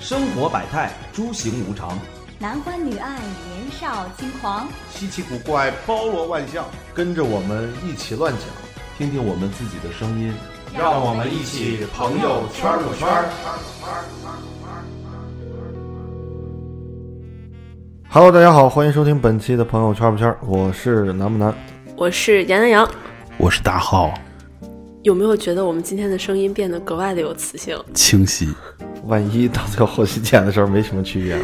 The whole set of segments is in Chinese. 生活百态，诸行无常，男欢女爱，年少轻狂。稀奇古怪，包罗万象，跟着我们一起乱讲，听听我们自己的声音。让我们一起朋友圈儿圈儿。 Hello，大家好，欢迎收听本期的朋友圈不圈儿，我是南不南。我是杨洋洋。我是大浩，有没有觉得我们今天的声音变得格外的有磁性？清晰。万一到最后后期剪的时候没什么区别了，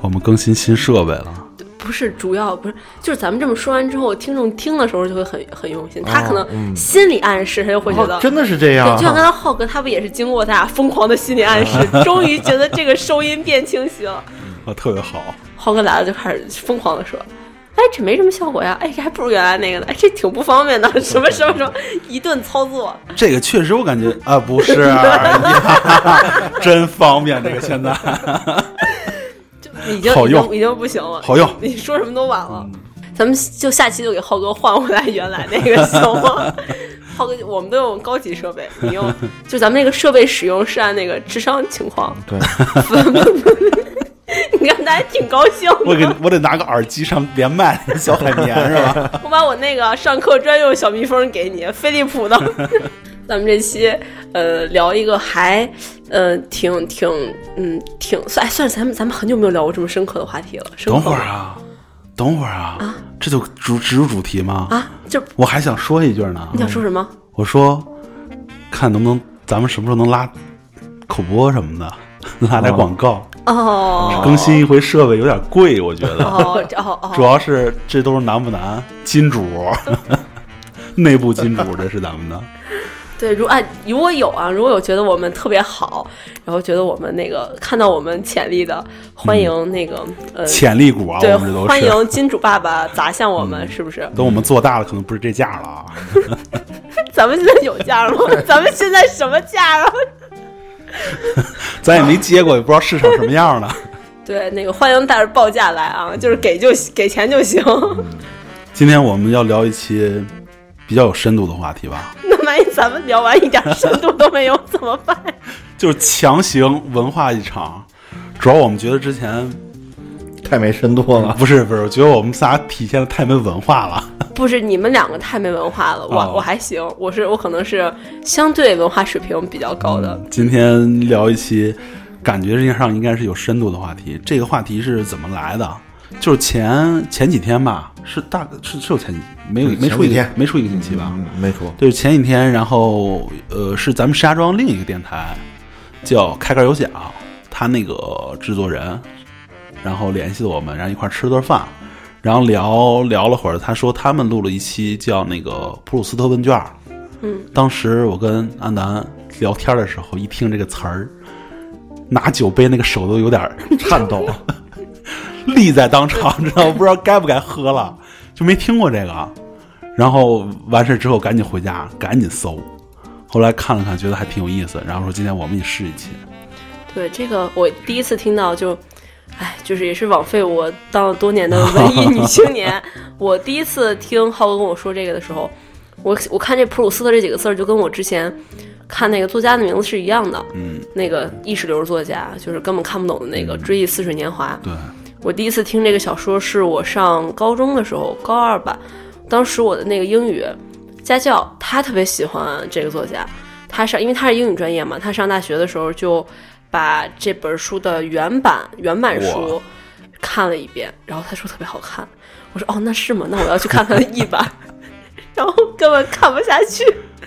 我们更新新设备了，不是主要，不是，就是咱们这么说完之后，听众听的时候就会很很用心，他可能心理暗示，他就会觉得、哦嗯哦真的是这对，样就。像刚才浩哥，他不也是经过咱俩疯狂的心 理暗示，终于觉得这个收音变清晰了。啊，特别好。浩哥来了就开始疯狂的说：“哎，这没什么效果呀，哎，这还不如原来那个呢，哎，这挺不方便的，什么什么什么，一顿操作。这个确实我感觉啊，不是，呀 真方便。这个现在就已经好已经用已经不行了，好用嗯你说什么都晚了。咱们就下期就给浩哥换回来原来那个行 吗？浩哥，我们都用高级设备，你用就咱们那个设备使用是按那个智商情况。对，你看，他还挺高兴我给的。我得拿个耳机上连麦，小海绵是吧？我把我那个上课专用小蜜蜂给你，飞利浦的。 咱们这期呃聊一个还呃挺挺嗯挺算哎算是咱们咱们很久没有聊过这么深刻的话题了。深刻 等会儿啊，等会儿啊，这就主植入主题吗？啊，就我还想说一句呢你，想说什么？我说看能不能咱们什么时候能拉口播什么的， 拉点广告，哦更新一回设备有点贵，我觉得。 哦这哦哦，主要是这都是难不难 金主，内部金主，这是咱们的。对，如哎，如果有啊，如果有觉得我们特别好，然后觉得我们那个看到我们潜力的，欢迎那个、呃，嗯潜力股啊，对我们这，都欢是。嗯迎金主爸爸砸向我们，是不是？等我们做大了，可能不是这价了啊。 咱们现在有价了吗？ 咱们现在什么价了？ 咱也没接过，也不知道市场什么样呢。对，那个欢迎带着报价来啊，就是给就给钱就行。嗯今天我们要聊一期比较有深度的话题吧， 那万一咱们聊完一点深度都没有怎么办？ 就是强行文化一场。主要我们觉得之 前啊太没深度了。不是不是，我觉得我们仨体现的太没文化了。不是你们两个太没文化了，我、哦我还行，我是我可能是相对文化水平比较高的，今天聊一期，感觉实际上应该是有深度的话题。这个话题是怎么来的？就是前前几天吧，是大是是有前几没有嗯没出前一几个天没出一个星期吧？嗯，没说。对，前几天，然后呃，是咱们石家庄另一个电台叫开盖有奖，他那个制作人，然后联系了我们，然后一块儿吃了顿饭，然后聊聊了会儿，他说他们录了一期叫那个普鲁斯特问卷，嗯，当时我跟安南聊天的时候，一听这个词儿，拿酒杯那个手都有点儿颤抖， 立在当场，知道吗不知道该不该喝了，就没听过这个。啊然后完事之后赶紧回家，赶紧搜。后来看了看，觉得还挺有意思，然后说今天我们也试一期。对这个，我第一次听到就，哎，就是也是枉费我当了多年的文艺 女青年。我第一次听浩哥跟我说这个的时候，我我看这普鲁斯特这几个字儿，就跟我之前看那个作家的名字是一样的，嗯，那个意识流作家，就是根本看不懂的那个《追忆似水年华》。对，我第一次听这个小说是我上高中的时候，高二吧。当时我的那个英语家教，他特别喜欢这个作家。他上，因为他是英语专业嘛，他上大学的时候就把这本书的原版原版书看了一遍，然后他说特别好看。我说哦，那是吗？那我要去看看译版。然后根本看不下去，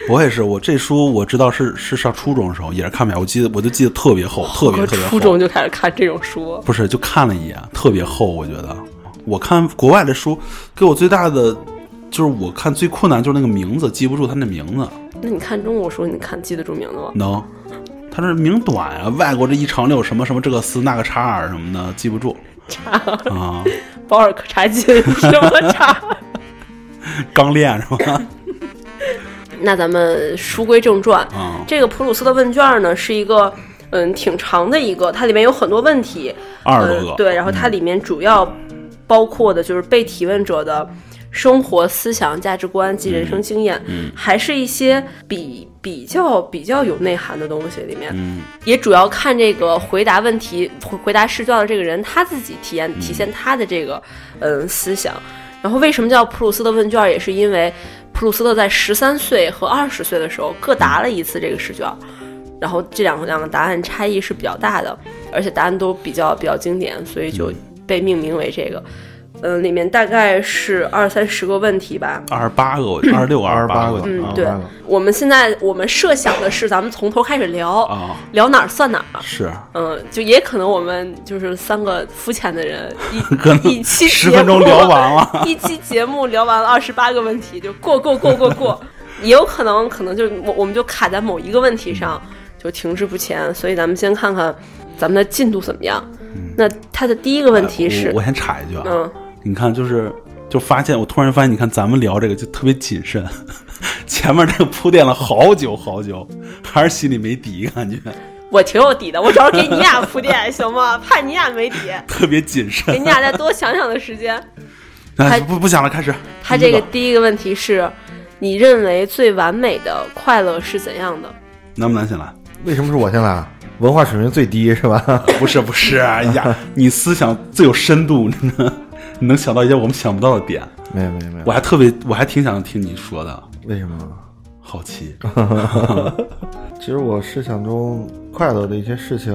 我也是，我这书我知道是是上初中的时候也是看不了，我记得我就记得特别厚，特别我特别厚。初中就开始看这种书，不是就看了一眼，特别厚，我觉得。我看国外的书，给我最大的就是我看最困难就是那个名字记不住他那名字，那你看中国书，你看记得住名字吗？能、他这名短啊，外国这一长溜什么什么这个丝那个叉儿什么的记不住查啊，保尔柯察金 什么查？刚练是吧？那咱们书归正传，啊，这个普鲁斯的问卷呢是一个嗯挺长的一个，它里面有很多问题，二十多个，嗯呃对，然后它里面主要包括的就是被提问者的生活思想、价值观及人生经验，嗯还是一些比比较比较有内涵的东西里面，嗯也主要看这个回答问题、回回答试卷的这个人他自己体验嗯体现他的这个嗯思想。然后为什么叫普鲁斯特问卷？也是因为普鲁斯特在十三岁和二十岁的时候各嗯答了一次这个试卷，然后这两个两个答案差异是比较大的，而且答案都比较比较经典，所以就被命名为这个。嗯，里面大概是二三十个问题吧。二十八个，二十六、二二十十八八个，个嗯二十对八个，我们现在我们设想的是，咱们从头开始聊，啊，聊哪儿算哪儿。是嗯，就也可能我们就是三个肤浅的 人，可能一一期十节分钟目聊完 了，一期节目聊完了二十八个问题，就过过过过 过，也有可能可能就我我们就卡在某一个问题上，就停滞不前，所以咱们先看看咱们的进度怎么样。那他的第一个问题是嗯我，我先插一句啊，嗯，你看，就是就发现，我突然发现，你看咱们聊这个就特别谨慎， 前面这个铺垫了好久好久，还是心里没底，感觉我挺有底的，我主要是给你俩铺垫，行吗？怕你俩啊没底，特别谨给慎你。俩再多想想的时间。哎，还不不想了，开始。他这个第一第一个问题是，你认为最完美的快乐是怎样的？难不难先来？为什么是我先来啊？文化水平最低是 吧？不是不是，哎 呀，你思想最有深度，真的，你能想到一些我们想不到的点。没有没有没有我，还特别，我还挺想听你说的，为什么？好奇。其实我设想中快乐的一些事情，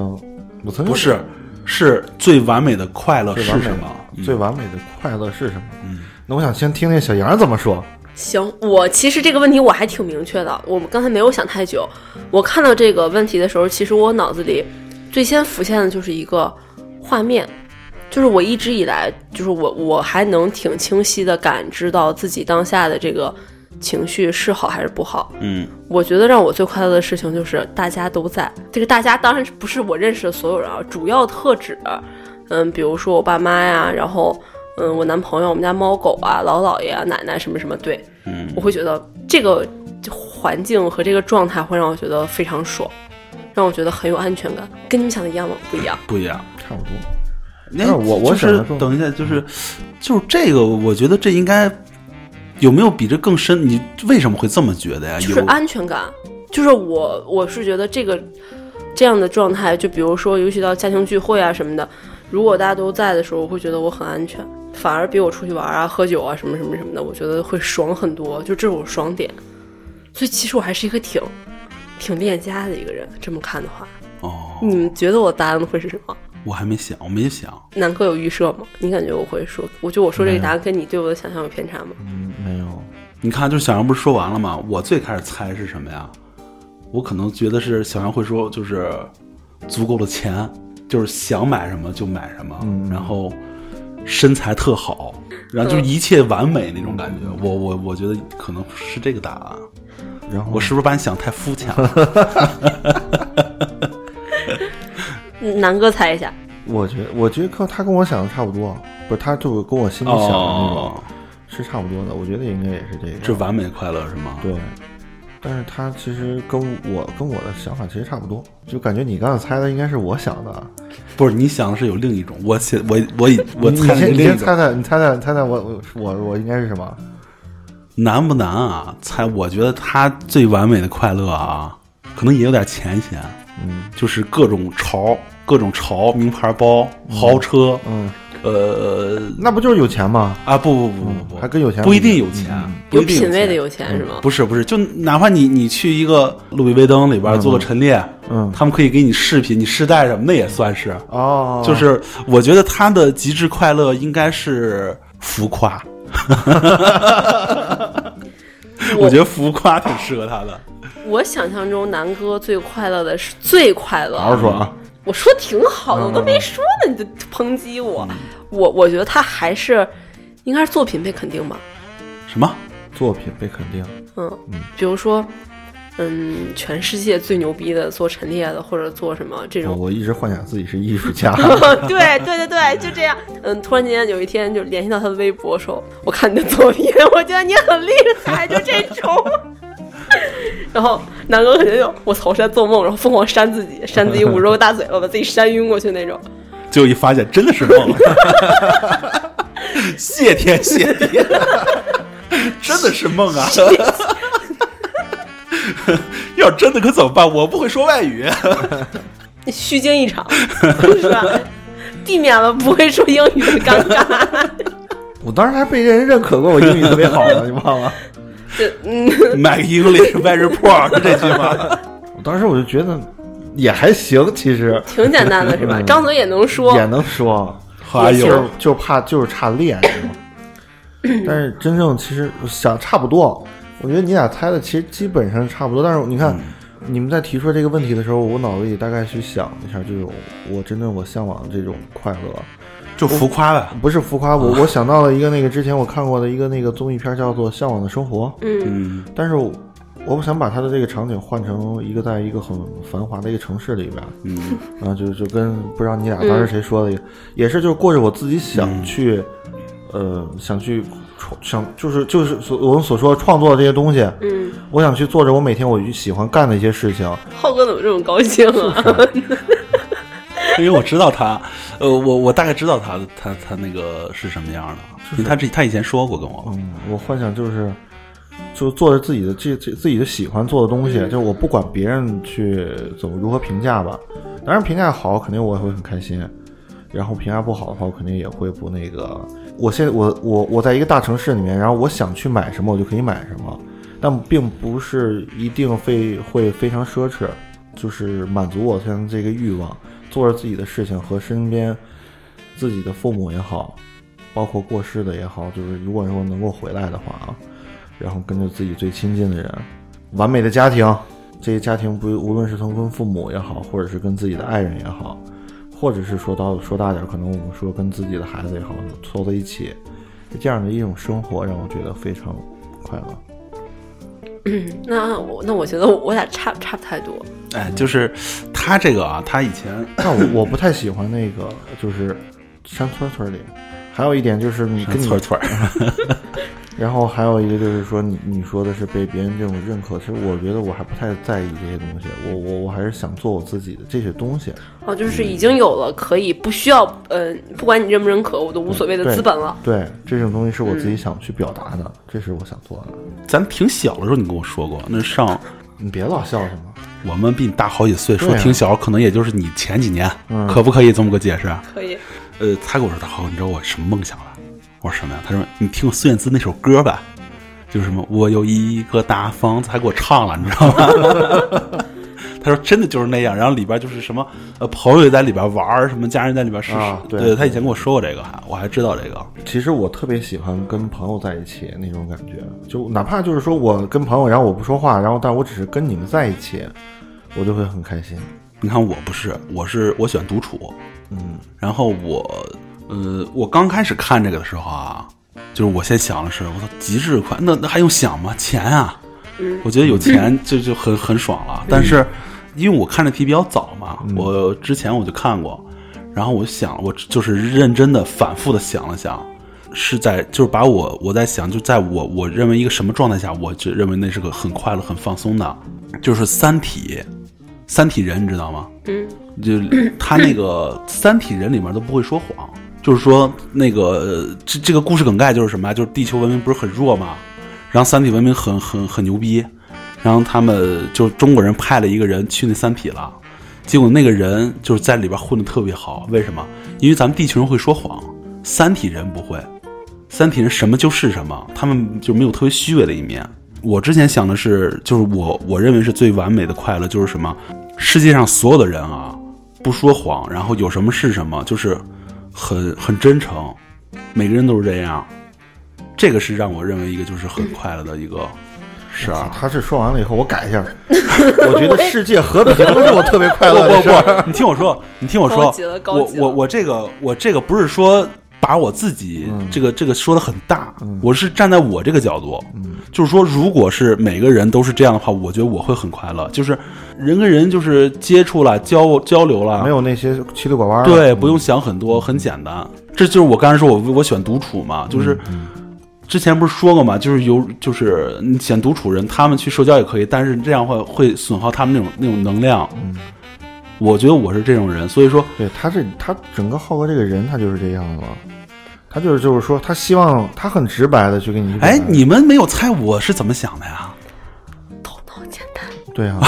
我曾经不是，是最完美的快乐最完是美什的么？最嗯完美的快乐是什么？那我想先听听小杨怎么说。行，我其实这个问题我还挺明确的，我们刚才没有想太久。我看到这个问题的时候，其实我脑子里最先浮现的就是一个画面，就是我一直以来，就是我我还能挺清晰的感知到自己当下的这个情绪是好还是不好。嗯我觉得让我最快乐的事情就是大家都在。这个大家当然不是我认识的所有人啊，主要特指，嗯，比如说我爸妈呀，然后嗯，我男朋友、我们家猫狗啊、老姥爷啊、奶奶什么什么，对嗯我会觉得这个环境和这个状态会让我觉得非常爽，让我觉得很有安全感。跟你们想的一样吗？不一样。不一样。差不多，那但是我我就想是的更等一下，就是就是这个，我觉得这应该有没有比这更深？你为什么会这么觉得呀？就是啊有安全感，就是我我是觉得这个这样的状态，就比如说，尤其到家庭聚会啊什么的，如果大家都在的时候，我会觉得我很安全，反而比我出去玩啊、喝酒啊什么什么什么的，我觉得会爽很多，就这是我爽点。所以其实我还是一个挺挺恋家的一个人，这么看的话，哦，你们觉得我答案会是什么？我还没想，我没想，南哥有预设吗？你感觉我会说，我觉得我说这个答案跟你对我的想象有偏差吗？嗯，没有，你看，就是小杨不是说完了吗？我最开始猜是什么呀？我可能觉得是小杨会说，就是足够的钱，就是想买什么就买什么，嗯然后身材特好，然后就一切完美那种感觉。嗯我我我觉得可能是这个答案。然后我是不是把你想太肤 浅了？南哥猜一下，我觉得我觉得跟他跟我想的差不多，不是他就跟我心里想的那种、哦，是差不多的，我觉得应该也是这个。这完美快乐是吗？对，但是他其实跟我跟我的想法其实差不多，就感觉你刚才猜的应该是我想的啊。不是你想的是有另一种，我写我我以我你猜你的是先你另一先种猜猜，你猜猜你猜猜我我我我应该是什么？难不难啊？猜我觉得他最完美的快乐啊，可能也有点浅显，嗯就是各种潮，各种潮，名牌包、豪车，嗯，呃那不就是有钱吗？啊不不不不不，嗯还跟有钱不一不一定样有钱嗯，不有一定品味的钱嗯有钱是吗？不是不是，就哪怕你你去一个路比威登里边做个陈列，嗯他们可以给你饰品、你试戴什么的也算是。哦，就是我觉得他的极致快乐应该是浮夸，我觉得浮夸挺适合他的。我想象中南哥最快乐的是最快乐，好好说啊。我说挺好的，我都没说呢，你就抨击我。我我觉得他还是应该是作品被肯定吧，什么？作品被肯定，嗯，比如说，嗯，全世界最牛逼的做陈列的，或者做什么这种。我一直幻想自己是艺术家。 对对对对，就这样。嗯，突然间有一天就联系到他的微博，说：“我看你的作品， 我觉得你很厉害。”就这种。 然后南哥肯定就我操，我是在做梦，然后疯狂扇自己，扇自己五十个大嘴巴，把自己扇晕过去那种。结 果一发现真的是梦了，谢天谢地，真的是梦啊！ 要真的可怎么办？我不会说外语，虚惊一场， 是吧？避免了不会说英语的尴尬。 我当时还被人认可过，我英语特别好呢，你忘了？这嗯，买个 English very poor 是这句吗？我当时我就觉得也还行，其实挺简单的，是吧？嗯张嘴也能说，也能说，还就是有就怕就是差练，你知道吗但是真正其实我想差不多，我觉得你俩猜的其实基本上差不多。但是你看，嗯你们在提出这个问题的时候，我脑子里大概去想一下，这种我真正我向往的这种快乐，就浮夸的，不是浮夸。我我想到了一个那个之前我看过的一个那个综艺片叫做《向往的生活》，嗯，嗯，但是我我想把它的这个场景换成一个在一个很繁华的一个城市里边，嗯，啊，就就跟不知道你俩当时谁说的，也是就是过着我自己想去，呃，想去创想就是就是所我们所说创作的这些东西，嗯，我想去做着我每天我喜欢干的一些事情，浩哥怎么这么高兴啊？ 因为我知道他，呃，我我大概知道他他他那个是什么样的，因为他这他以前说过跟我，嗯，我幻想就是。就做着自己的这这自己的喜欢做的东西，就我不管别人去怎么如何评价吧。当然评价好，肯定我也会很开心；然后评价不好的话，我肯定也会不那个。我现在我我我在一个大城市里面，然后我想去买什么，我就可以买什么，但并不是一定非会非常奢侈，就是满足我现在这个欲望，做着自己的事情和身边自己的父母也好，包括过世的也好，就是如果说能够回来的话啊，然后跟着自己最亲近的人，完美的家庭，这些家庭不无论是从跟父母也好，或者是跟自己的爱人也好，或者是说到说大点儿，可能我们说跟自己的孩子也好，凑在一起，这样的一种生活让我觉得非常快乐。那我那我觉得我俩差差不太多。哎，就是他这个啊，他以前但我我不太喜欢那个，就是山村村里。还有一点就是你跟你哎村儿村儿，然后还有一个就是说你，你说的是被别人这种认可，其实我觉得我还不太在意这些东西，我我我还是想做我自己的这些东西。哦，就是已经有了可以不需要，呃，不管你认不认可，我都无所谓嗯的对资本了。嗯对，这种东西是我自己想去表达的，这是我想做的。咱挺小的时候你跟我说过，那上你别老笑什么，我们比你大好几岁，说对啊挺小，可能也就是你前几年，嗯可不可以这么个解释？可以，呃，他跟我说大浩，你知道我什么梦想了？我说什么呀？他说你听过孙燕姿那首歌吧，就是什么我有一个大房子，还给我唱了，你知道吗？ 他说真的就是那样，然后里边就是什么呃朋友也在里边玩儿，什么家人在里边是、啊对他以前跟我说过这个，还我还知道这个。其实我特别喜欢跟朋友在一起那种感觉，就哪怕就是说我跟朋友，然后我不说话，然后但我只是跟你们在一起，我就会很开心。你看我不是，我是我喜欢独处，嗯，然后我呃，我刚开始看这个的时候啊，就是我先想的是，我操，极致快，那那还用想吗？钱啊，我觉得有钱就就很很爽了。但是因为我看这题比较早嘛，我之前我就看过，然后我就想，我就是认真的、反复的想了想。是在，就是把我我在想，就在我我认为一个什么状态下，我就认为那是个很快乐、很放松的，就是《三体》，三体人，你知道吗？嗯，就他那个三体人里面都不会说谎， 就是说那个呃这这个故事梗概就是什么啊？就是地球文明不是很弱嘛，然后三体文明很很很牛逼，然后他们就是中国人派了一个人去那三体了，结果那个人就是在里边混的特别好，为什么？因为咱们地球人会说谎，三体人不会。三体人什么就是什么，他们就没有特别虚伪的一面。我之前想的是，就是我我认为是最完美的快乐，就是什么，世界上所有的人啊，不说谎，然后有什么是什么，就是很很真诚，每个人都是这样，这个是让我认为一个就是很快乐的一个事儿。啊他是说完了以后，我改一 下，我觉得世界和平是我特别快乐的不事儿。不不，你听我说，你听我说高级了，高我级了我我这个我这个不是说把我自己嗯这个、这个说的很大，我是站在我这个角度，嗯就是说，如果是每个人都是这样的话，我觉得我会很快乐。就是人跟人就是接触了、交交流了，没有那些七里拐弯儿。对，不用想很多，很简单。这就是我刚才说我我喜欢独处嘛，就是之前不是说过嘛，就是有就是你喜欢独处人，他们去社交也可以，但是这样会会损耗他们那种那种能量。我觉得我是这种人，所以说对他这他整个浩哥这个人，他就是这样了。他就是就是说，他希望他很直白的去给你一个表哎达，你们没有猜我是怎么想的呀？头脑简单。对啊，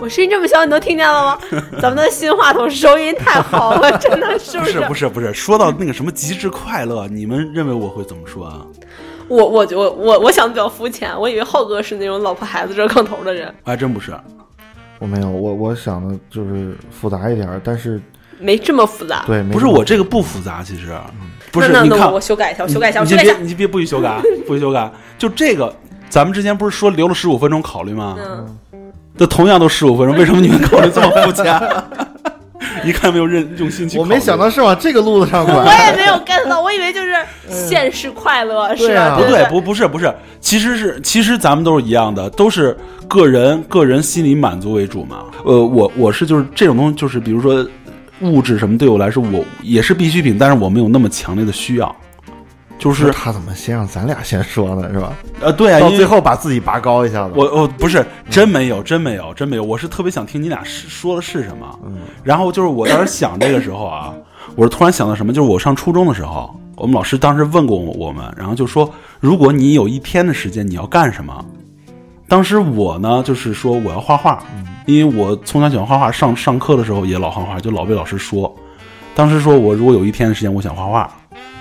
我声音这么小，你都听见了吗？咱们的新话筒收音太好了，真的是不不是？是不是不 是，说到那个什么极致快乐，你们认为我会怎么说啊？我我我我我想的比较肤浅，我以为浩哥是那种老婆孩子热炕头的人，还真不是，我没有，我我想的就是复杂一点儿，但是没这么复杂。对，没不是什么我这个不复杂，其实不是。那你那那看我，我修改一下，我你呃修改一下，我你修改就一别下。你就别不许修改，啊不许修改。就这个，咱们之前不是说留了十五分钟考虑吗？嗯，这同样都十五分钟，为什么你们考虑这么肤浅？ 一看没有认用心去考我虑。没想到是往这个路子上我拐，也没有 get 到，我以为就是现实快乐是嗯对啊吧？不对对，不不是不是，其实是其实咱们都是一样的，都是个人个人心理满足为主嘛。呃，我我是就是这种东西，就是比如说物质什么，对我来说我也是必需品，但是我没有那么强烈的需要。就是他怎么先让咱俩先说呢？是吧？呃，对啊，到因为最后把自己拔高一下子，我我不是真没有，真没有，真没有。我是特别想听你俩是说的是什么。嗯然后就是我当时想这个时候啊，我是突然想到什么，就是我上初中的时候，我们老师当时问过我们，然后就说，如果你有一天的时间，你要干什么？当时我呢，就是说我要画画，嗯因为我从小喜欢画画，上上课的时候也老画画，就老被老师说。当时说我如果有一天的时间，我想画画。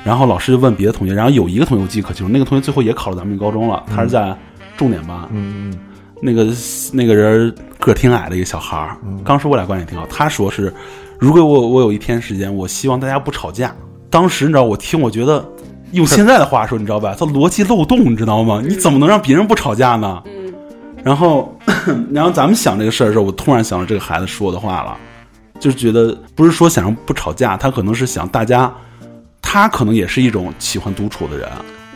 然后老师就问别的同学，然后有一个同学我记得可清楚，那个同学最后也考了咱们高中了，他是在重点班，嗯嗯那个那个人个儿挺矮的一个小孩儿，刚说我俩关系挺好。他说是，如果我我有一天时间，我希望大家不吵架。当时你知道，我听我觉得，用现在的话说，你知道吧，他逻辑漏洞，你知道吗？你怎么能让别人不吵架呢？嗯，然后， 然后咱们想这个事儿的时候，我突然想到这个孩子说的话了，就是觉得不是说想让不吵架，他可能是想大家，他可能也是一种喜欢独处的人。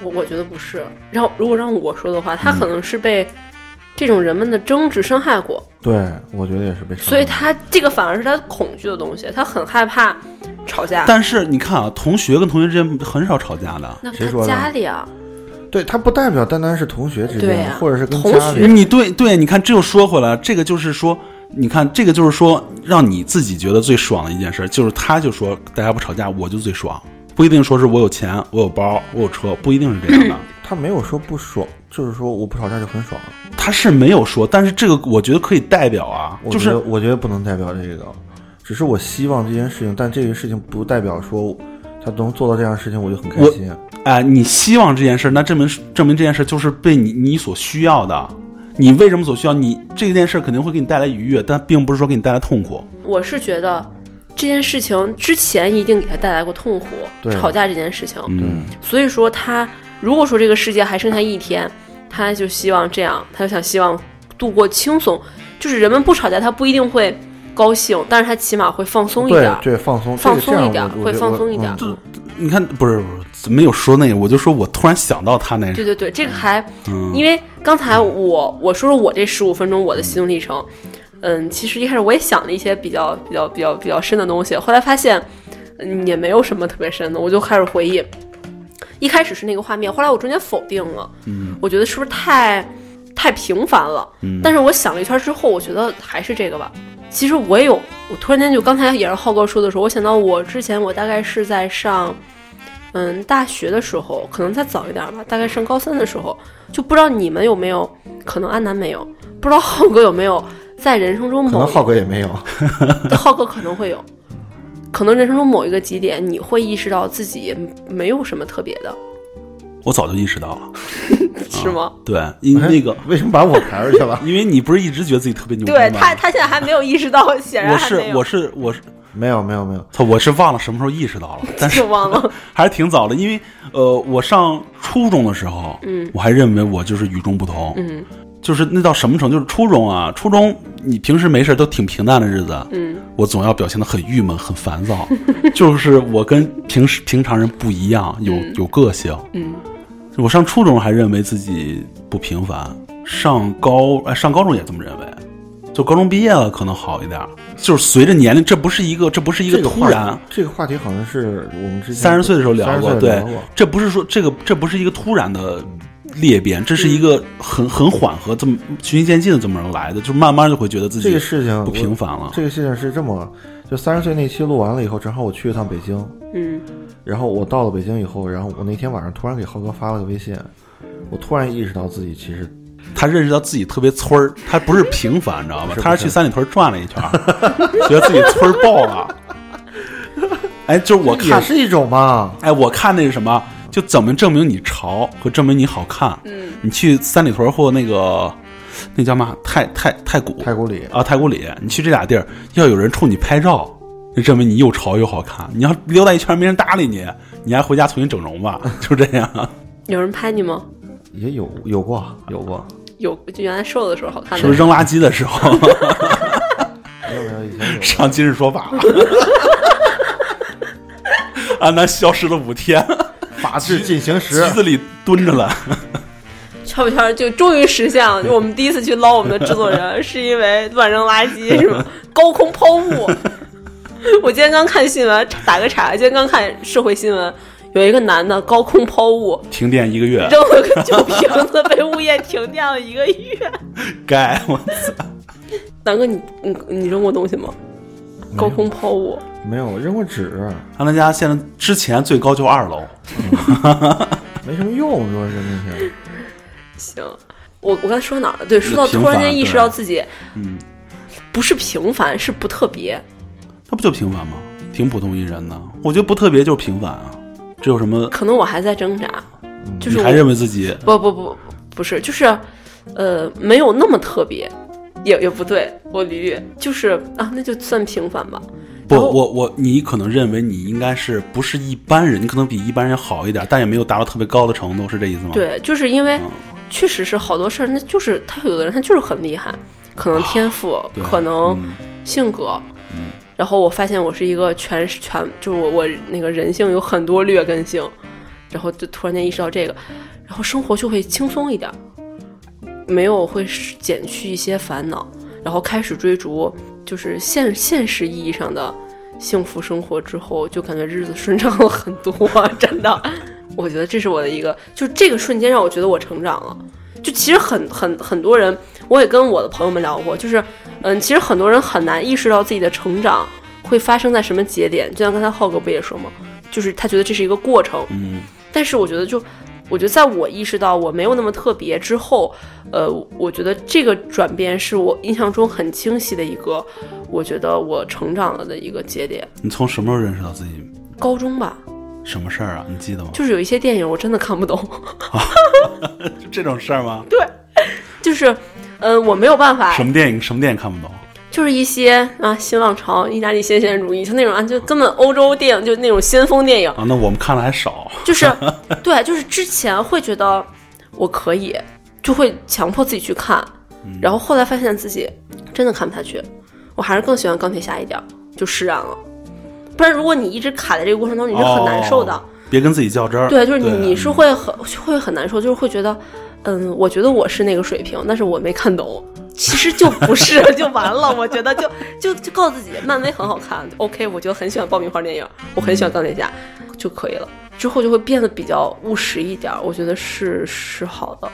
我我觉得不是。让如果让我说的话，他可能是被这种人们的争执伤害过，对，我觉得也是被伤害，所以他这个反而是他恐惧的东西，他很害怕吵架。但是你看啊，同学跟同学之间很少吵架的。那谁说他的家里啊，对他不代表单单是同学之对间啊，或者是跟同家学里，你对对，你看，这又说回来，这个就是说，你看，这个就是说，让你自己觉得最爽的一件事，就是他就说大家不吵架，我就最爽，不一定说是我有钱，我有包，我有车，不一定是这样的。他没有说不爽，就是说我不吵架就很爽，他是没有说，但是这个我觉得可以代表啊，我就觉是得我觉得不能代表这个，只是我希望这件事情，但这个事情不代表说他能做到这样的事情我就很开我心，哎、你希望这件事，那证明证明这件事就是被你你所需要的。你为什么所需要？你这件事肯定会给你带来愉悦，但并不是说给你带来痛苦。我是觉得这件事情之前一定给他带来过痛苦，对吵架这件事情。嗯，所以说他如果说这个世界还剩下一天，他就希望这样，他就想希望度过轻松，就是人们不吵架，他不一定会高兴，但是他起码会放松一点对儿。对，放松放这松个这样一点我会我觉得放我松一点嗯就你看，不是不是没有说那个，我就说我突然想到他那对对对，这个还嗯因为刚才我我说说我这十五分钟我的心路历程，嗯，其实一开始我也想了一些比较比较比较比较深的东西，后来发现嗯也没有什么特别深的，我就开始回忆。一开始是那个画面，后来我中间否定了，嗯，我觉得是不是太太平凡了？嗯，但是我想了一圈之后，我觉得还是这个吧。其实我也有，我突然间就刚才也是浩哥说的时候，我想到我之前我大概是在上，嗯，大学的时候，可能再早一点吧，大概上高三的时候，就不知道你们有没有，可能安南没有，不知道浩哥有没有在人生中可某能一浩哥也没有，对浩哥可能会有，可能人生中某一个极点，你会意识到自己没有什么特别的，我早就意识到了。是吗？对，因 那个，为什么把我抬出去了？因为你不是一直觉得自己特别牛逼吗？对他，他现在还没有意识到， 显然我还是没有，我是我是没有没有没有，操，我是忘了什么时候意识到了，但是就忘了。 还是挺早的，因为呃，我上初中的时候，嗯我还认为我就是与众不同，嗯就是那到什么程度？就是初中啊，初中你平时没事都挺平淡的日子，嗯，我总要表现的很郁闷、很烦躁， 就是我跟平时平常人不一样，有有个性，嗯，我上初中还认为自己不平凡，上高哎上高中也这么认为，就高中毕业了可能好一点儿，就是随着年龄，这不是一个这不是 一这个个突话然题，这个话题好像是我们之前三十岁的时候聊30过，岁对聊过，这不是说这个这不是一个突然的裂变，这是一个很很缓和、这么循序渐进的这么来的，就慢慢就会觉得自己这个事情不平凡了。这个事情是这么，就三十岁那期录完了以后，正好我去一趟北京，嗯，然后我到了北京以后，然后我那天晚上突然给浩哥发了个微信，我突然意识到自己其实他认识到自己特别村儿，他不是平凡，你知道吗？ 不是他是去三里屯转了一圈儿，觉得自己村儿爆了。哎，就是我也看，是一种嘛。哎，我看那是什么，就怎么证明你潮和证明你好看。嗯，你去三里屯或那个那叫嘛太太太古太古里啊太古里，你去这俩地儿，要有人冲你拍照，就证明你又潮又好看。你要溜达一圈没人搭理你，你还回家重新整容吧，就这样。有人拍你吗？也有有过有过，有，就原来瘦的时候好看的，是不是扔垃圾的时候 没有没有以前有过。上今日说法？ 安南消失了五天，法制进行时局，子里蹲着了。圈不圈就终于实现了。就我们第一次去捞我们的制作人，是因为乱扔垃圾，是吗？高空抛物。 我今天刚看新闻，打个岔，今天刚看社会新闻，有一个男的高空抛物，停电一个月，扔了个酒瓶子，被物业停电了一个月。 该 我操！南哥，你你你扔过东西吗？高空抛物，没有扔过纸，安南家现在之前最高就二楼，没什么用，说是那些。行。我我刚才说哪儿了？对，说到平突然凡间意识对嗯到自己，不是平凡，是不特别。那不就平凡吗？挺普通一人的，我觉得不特别就是平凡啊。这有什么？可能我还在挣扎，就是嗯你我还认为自己不不不不是，就是呃没有那么特别，也也不对，我捋捋，就是啊那就算平凡吧。不？然后我我你可能认为你应该是不是一般人？你可能比一般人好一点，但也没有达到特别高的程度，是这意思吗？，嗯对，就是因为确实是好多事儿，那就是他有的人他就是很厉害，可能天赋，啊对嗯可能性格。然后我发现我是一个全全，就是我我那个人性有很多劣根性，然后就突然间意识到这个，然后生活就会轻松一点，没有会减去一些烦恼，然后开始追逐就是现现实意义上的幸福生活之后，就感觉日子顺畅了很多， 真的。我觉得这是我的一个，就这个瞬间让我觉得我成长了。就其实很很很多人，我也跟我的朋友们聊过，就是嗯，其实很多人很难意识到自己的成长会发生在什么节点。就像刚才浩哥不也说吗？就是他觉得这是一个过程，嗯，但是我觉得就，我觉得在我意识到我没有那么特别之后，呃，我觉得这个转变是我印象中很清晰的一个，我觉得我成长了的一个节点。你从什么时候认识到自己高中吧，什么事儿啊？你记得吗？就是有一些电影我真的看不懂，就这种事儿吗？就是，呃，我没有办法什，么电影什么电影看不懂？就是一些啊新浪潮、意大利新鲜主义，就那种啊，就根本欧洲电影，就那种先锋电影，啊，那我们看的还少。就是 对，就是之前会觉得我可以，就会强迫自己去看，嗯然后后来发现自己真的看不下去，我还是更喜欢钢铁侠一点儿，就释然了。不然，如果你一直卡在这个过程当中，你是很难受的。哦别跟自己较真儿。对，就是你，你嗯是会很会很难受，就是会觉得，嗯，我觉得我是那个水平，但是我没看懂，其实就不是，就完了。我觉得就就就告诉自己，漫威很好看，OK，我觉得很喜欢爆米花电影，我很喜欢钢铁侠，就可以了。之后就会变得比较务实一点儿，我觉得是是好的。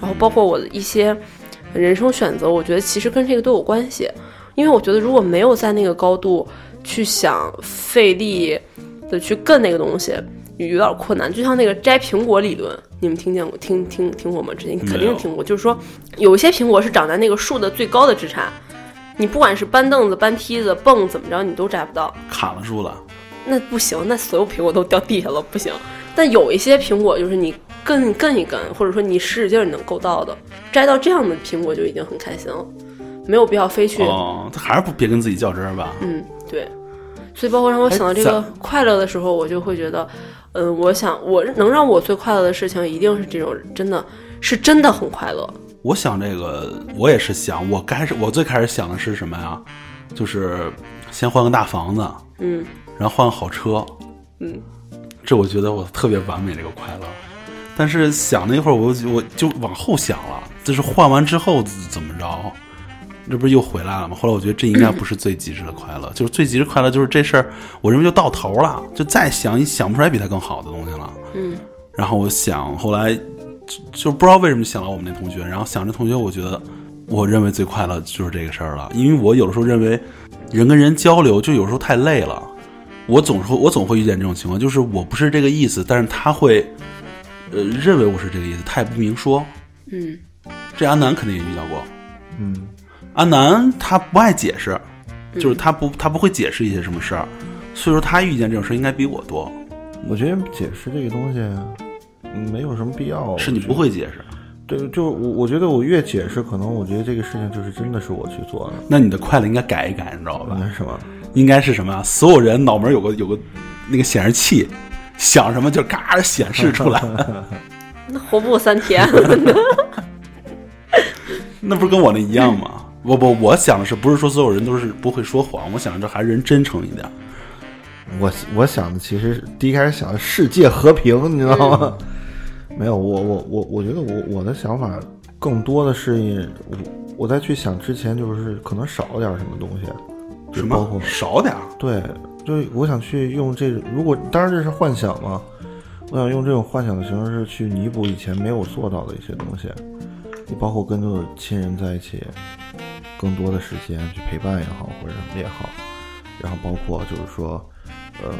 然后包括我的一些人生选择，我觉得其实跟这个都有关系，因为我觉得如果没有在那个高度去想费力的去跟那个东西，有点困难。就像那个摘苹果理论，你们听见过、听听听过吗？之前肯没有定听过，就是说有一些苹果是长在那个树的最高的枝杈，你不管是搬凳子、搬梯子、蹦怎么着，你都摘不到。卡了住了，那不行，那所有苹果都掉地下了，不行。但有一些苹果就是你跟跟一跟，或者说你使使劲儿你能够到的，摘到这样的苹果就已经很开心了，没有必要非去。哦，他还是不别跟自己较真儿吧？嗯，对。所以包括让我哎想到这个快乐的时候，我就会觉得，嗯、我想我能让我最快乐的事情，一定是这种真的是真的很快乐。我想这个，我也是想，我开始我最开始想的是什么呀？就是先换个大房子，嗯，然后换个好车，嗯，这我觉得我特别完美这个快乐。但是想了一会儿，我就我就往后想了，就是换完之后怎么着，这不是又回来了吗？后来我觉得这应该不是最极致的 快乐，就是最极致快乐就是这事儿，我认为就到头了，就再想也想不出来比它更好的东西了。嗯，然后我想后来就不知道为什么想到我们那同学，然后想着同学，我觉得我认为最快乐就是这个事儿了，因为我有的时候认为人跟人交流就有时候太累了，我总是会我总会遇见这种情况，就是我不是这个意思，但是他会呃认为我是这个意思，他也不明说。嗯，这阿南肯定也遇到过，嗯，阿南他不爱解释，就是他不他不会解释一些什么事儿，所以说他遇见这种事儿应该比我多，我觉得解释这个东西嗯没有什么必要，是你不会解释，对，就我我觉得我越解释，可能我觉得这个事情就是真的是我去做的，那你的快乐应该改一改，你知道吧？那是什么？应该是什么啊？所有人脑门有个有个那个显示器，想什么就嘎显示出来，那活不过三天。 那不是跟我那一样吗？不不，我想的是不是说所有人都是不会说谎？我想着还是人真诚一点。我我想的其实第一开始想的世界和平，你知道吗？ 没有，我我我我觉得我我的想法更多的是我我在去想之前，就是可能少了点什么东西，就什包括么少点儿对，就是我想去用这种，如果当然这是幻想嘛，我想用这种幻想的形式去弥补以前没有做到的一些东西，就包括跟这种亲人在一起，更多的时间去陪伴也好，或者什么也好，然后包括就是说，呃，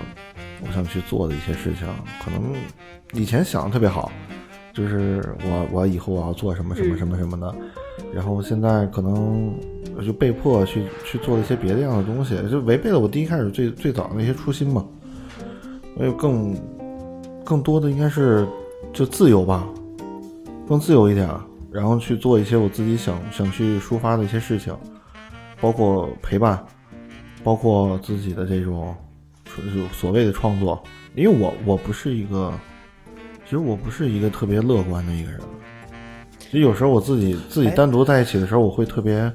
我想去做的一些事情，可能以前想的特别好，就是我我以后我要做什么什么什么什么的，然后现在可能我就被迫去去做了一些别的样的东西，就违背了我第一开始最最早的那些初心嘛。我有更更多的应该是就自由吧，更自由一点，然后去做一些我自己想想去抒发的一些事情，包括陪伴，包括自己的这种就是所谓的创作。因为我我不是一个，其实我不是一个特别乐观的一个人。其实有时候我自己自己单独在一起的时候，我会特别，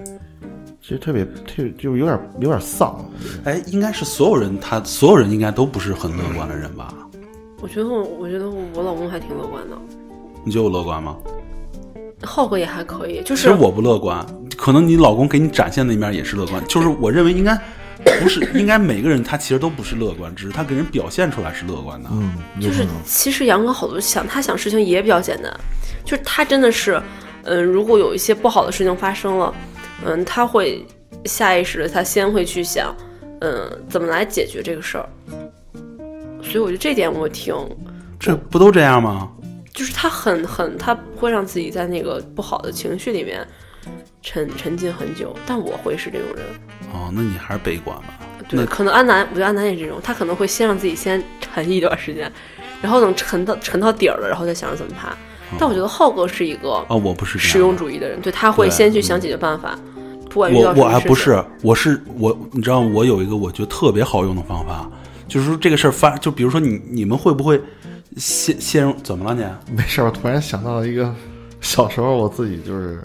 其实特别特就是有点有点丧。哎，应该是所有人他所有人应该都不是很乐观的人吧？我觉得我，我觉得我老公还挺乐观的，你觉得我乐观吗？浩哥也还可以，就其是实我不乐观，可能你老公给你展现的一面也是乐观，就是我认为应该不是应该每个人他其实都不是乐观，只是他给人表现出来是乐观的。嗯，就有可是能。其实杨哥好多想他想事情也比较简单，就是他真的是，嗯，如果有一些不好的事情发生了，嗯，他会下意识的他先会去想，嗯，怎么来解决这个事儿。所以我觉得这点我挺，这不都这样吗？就是他很很，他不会让自己在那个不好的情绪里面沉沉浸很久，但我会是这种人。哦，那你还是悲观吧。对，可能安南，我觉得安南也是这种，他可能会先让自己先沉一段时间，然后等沉到沉到底儿了，然后再想着怎么爬。但我觉得浩哥是一个哦，我不是这样实用主义的人，对他会对嗯先去想解决办法，不管遇我到什我么还事不情是，我是我，你知道我有一个我觉得特别好用的方法，就是说这个事儿发，就比如说你你们会不会陷陷入怎么了你？没事儿，我突然想到了一个小时候我自己就是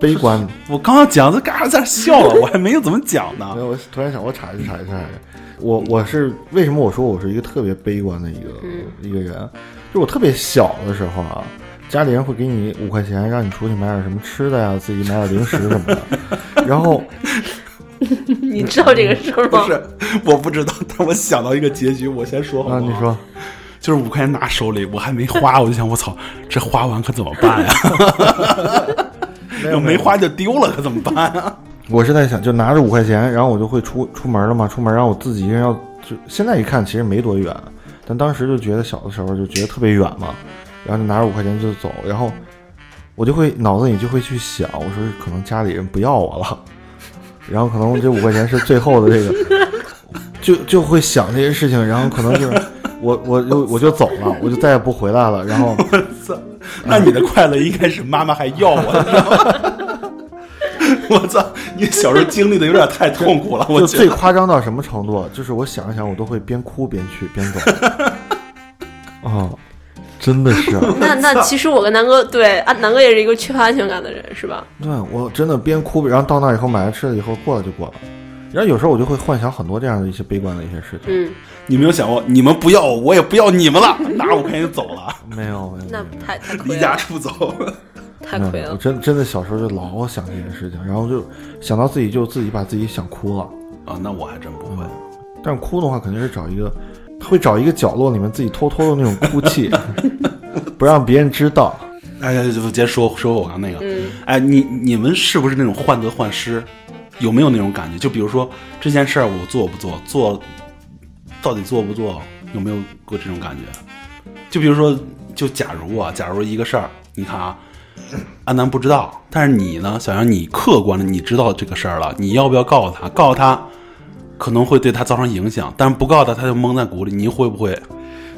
悲观，我刚刚讲这嘎在那笑了，我还没有怎么讲 没呢。有，我突然想，我插一句，插一句，插一句，我我是为什么我说我是一个特别悲观的一个、一个人，就我特别小的时候啊。家里人会给你五块钱，让你出去买点什么吃的呀，自己买点零食什么的。然后 你知道这个事儿嗯不吗？是，我不知道，但我想到一个结局，我先说好不啊，好你说，就是五块钱拿手里，我还没花，我就想我操，这花完可怎么 办呀？要没花就丢了，可怎么办啊呀？我是在想，就拿着五块钱，然后我就会出出门了嘛，出门然后我自己一个人要，就现在一看其实没多远，但当时就觉得小的时候就觉得特别远嘛，然后就拿着五块钱就走，然后我就会脑子里就会去想，我说可能家里人不要我了，然后可能这五块钱是最后的这个，就就会想这些事情，然后可能就是我我就我就走了，我就再也不回来了，然后。操！ 那你的快乐应该是妈妈还要我的。 我操！你小时候经历的有点太痛苦了，我就觉最得。夸张到什么程度？啊就是我想一想，我都会边哭边去边 走。啊，真的是，啊那那其实我跟南哥对啊，南哥也是一个缺乏安全感的人，是吧？对我真的边哭，然后到那以后买了吃的以后过了就过了。然后有时候我就会幻想很多这样的一些悲观的一些事情。嗯，你没有想过，你们不要我，我也不要你们了，拿五块钱走了，没有没有，那没有太太亏离家了，出走。太没有亏我了。真真的小时候就老想这些事情，然后就想到自己就自己把自己想哭了。 啊，那我还真不会。但哭的话，肯定是找一个， 会找一个角落里面自己偷偷的那种哭泣，不让别人知道。哎，就就接着说说我刚那个，嗯哎，你你们是不是那种患得患失？有没有那种感觉？就比如说这件事儿，我做不做，做到底做不做？有没有过这种感觉？就比如说，就假如啊，假如一个事儿，你看啊，安南不知道，但是你呢，想让你客观的，你知道这个事儿了，你要不要告诉他？告诉他可能会对他造成影响，但是不告诉他，他就蒙在鼓里。你会不会？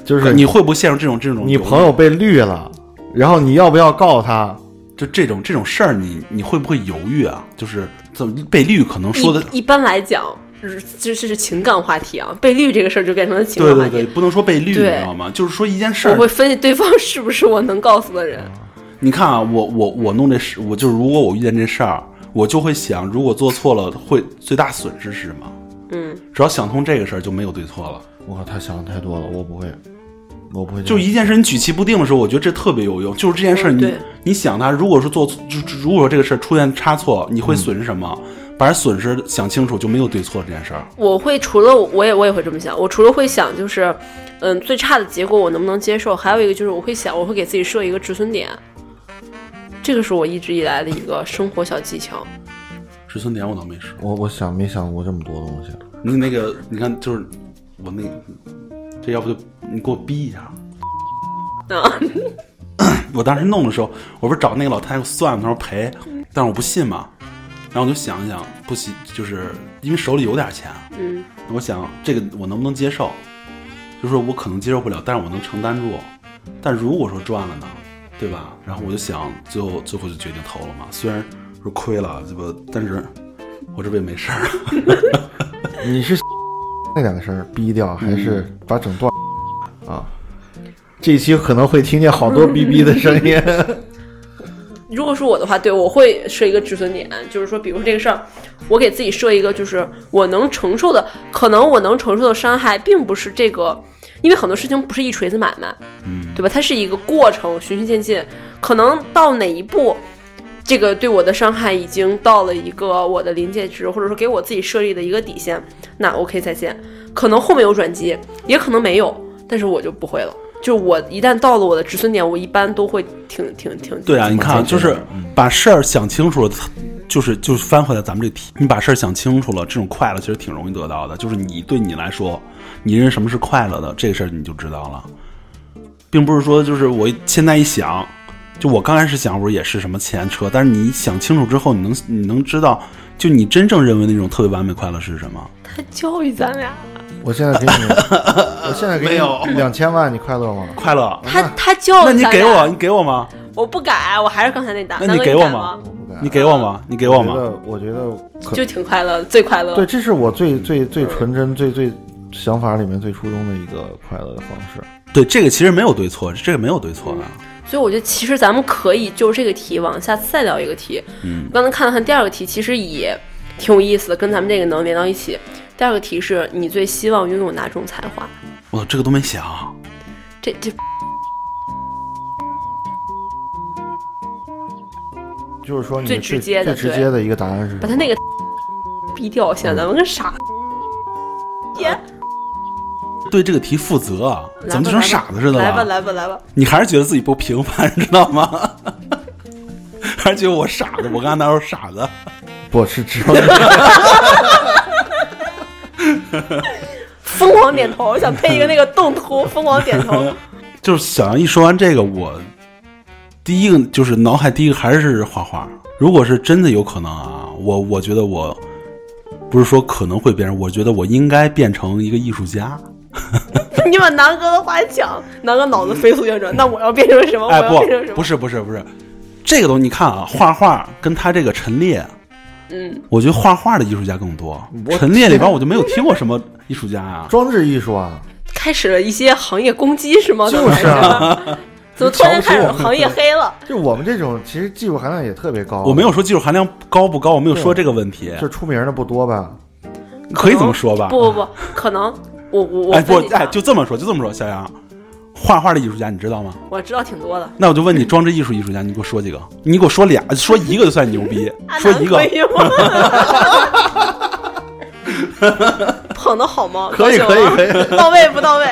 就是你会不会陷入这种这种你犹豫朋友被绿了，然后你要不要告他？就这种这种事儿，你你会不会犹豫啊？就是怎么被绿可能嗯说的一一般来讲，是这这是情感话题啊，被绿这个事儿就变成了情对感话对题。对，不能说被绿，你对知道吗？就是说一件事我会儿，分析对方是不是我能告诉的人。你看啊，我我我弄这事，我就是如果我遇见这事儿，我就会想，如果做错了，会最大损失是什么？嗯，只要想通这个事儿，就没有对错了。我靠，他想的太多了，我不会，我不会这就样。一件事你举棋不定的时候，我觉得这特别有用。就是这件事儿，嗯你对你想它，如果说做错，就就如果说这个事儿出现差错，你会损失什么？把损失想清楚，就没有对错这件事儿。我会除了我也我也会这么想，我除了会想就是，嗯，最差的结果我能不能接受，还有一个就是我会想，我会给自己设一个止损点。这个是我一直以来的一个生活小技巧。止损点我倒没说。我我想没想过这么多东西，那那个，你看，就是我那，这要不就你给我逼一下。啊，我当时弄的时候，我不是找那个老太太算，她说赔，但是我不信嘛。然后我就想一想，不行，就是因为手里有点钱，嗯，我想这个我能不能接受？就说我可能接受不了，但是我能承担住。但如果说赚了呢，对吧？然后我就想，最后最后就决定投了嘛。虽然说亏了，这不，但是我这不也没事儿。你是 那两个声儿逼掉，还是把整段儿啊？这一期可能会听见好多逼逼的声 音。如果是我的话，对我会设一个止损点，就是说，比如说这个事儿，我给自己设一个，就是我能承受的，可能我能承受的伤害，并不是这个，因为很多事情不是一锤子买卖，嗯，对吧？它是一个过程，循序渐进，可能到哪一步，这个对我的伤害已经到了一个我的临界值，或者说给我自己设立的一个底线，那 OK 再见。可能后面有转机，也可能没有，但是我就不会了。就我一旦到了我的止损点，我一般都会挺挺挺对啊，你看啊，就是嗯把事儿想清楚了，它就是就是翻回来咱们这题，你把事儿想清楚了，这种快乐其实挺容易得到的。就是你对你来说，你认为什么是快乐的这个事儿，你就知道了，并不是说就是我现在一想，就我刚开始想，我说也是什么钱车，但是你想清楚之后，你能你能知道，就你真正认为那种特别完美快乐是什么？他教育咱俩，我现在给 你，我现在给没有你两千万，你快乐吗？快乐？啊他他教那育你咱俩。给我，你给我吗？嗯我不改，我还是刚才那答。那南你哥给改我吗吗？我不敢。你给我吗？你给我我觉吗？得，我觉得可就挺快乐，最快乐。对，这是我最最最纯真、最最想法里面最初衷的一个快乐的方式。对，这个其实没有对错，这个没有对错的。所以我觉得其实咱们可以就这个题往下再聊一个题。嗯我刚才看了看第二个题，其实也挺有意思的，跟咱们这个能连到一起。第二个题是你最希望拥有哪种才华？我这个都没想。啊这这就是说你最最，直接的最直对接的一个答案是把他那个 逼掉，显得咱们跟傻对这个题负责啊，来吧怎么就成傻子似的来吧了？来吧来吧，你还是觉得自己不平凡， 知道吗？还是觉得我傻子？我刚才哪有傻子？不是只有 你疯狂点头，想配一个那个动 图，疯狂点头。就是小杨一说完这个，我第一个就是脑海第一个还是画画。如果是真的有可能啊，我我觉得我不是说可能会变成，我觉得我应该变成一个艺术家。 你把南哥的话抢，南哥脑子飞速运转。那我要变成什哦么？我哎，要变成什不，么？不是，不是，不是，这个东西你看啊，画画跟他这个陈列，嗯，我觉得画画的艺术家更多。我陈列里边我就没有听过什么艺术家 啊。装置艺术啊，开始了一些行业攻击是吗？就是啊， 怎么突然开始行业黑了？就我们这种其实技术含量也特别高。我没有，说技术含量高不高，我没有说这个问题，就出名的不多吧？可以这么说吧？不不不，可能我我我哎不分你一下哎，就这么说，就这么说，小杨，画画的艺术家你知道吗？我知道挺多的。那我就问你，装置艺术艺术家，你给我说几个？你给我说俩，说一个就算牛逼 啊，说一个南可以吗？捧的好吗？可以高兴吗可以可，啊到位不到位？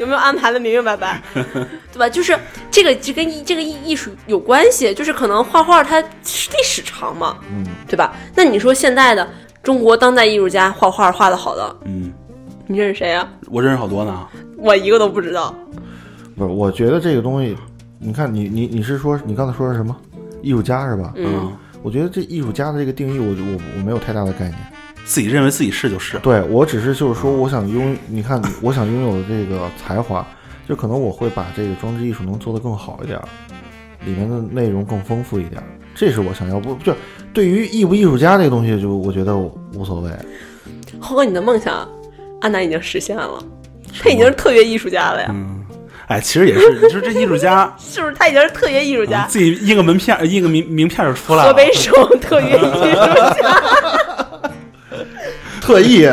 有没有安排的明明白白？对吧？就是这个就跟艺这个艺艺术有关系，就是可能画画它是历史长嘛，嗯，对吧？那你说现代的中国当代艺术家画画画的好的，嗯，你认识谁啊？我认识好多呢。我一个都不知道。不是，我觉得这个东西，你看你你你是说你刚才说是什么艺术家是吧？嗯，我觉得这艺术家的这个定义我，我我我没有太大的概念。自己认为自己是就是。对我只是就是嗯说，我想拥，你看我想拥有的这个才华，就可能我会把这个装置艺术能做得更好一点儿，里面的内容更丰富一点儿，这是我想要。不就对于艺不艺术家这个东西，就我觉得无所谓。嗯浩哥，你的梦想，安南已经实现了，他已经是特约艺术家了呀，哎，其实也 是，你说这艺术家是不是？他已经是特约艺术家，自己印个门片儿，印个名名片儿就出来河了。北省特约艺术家，特 意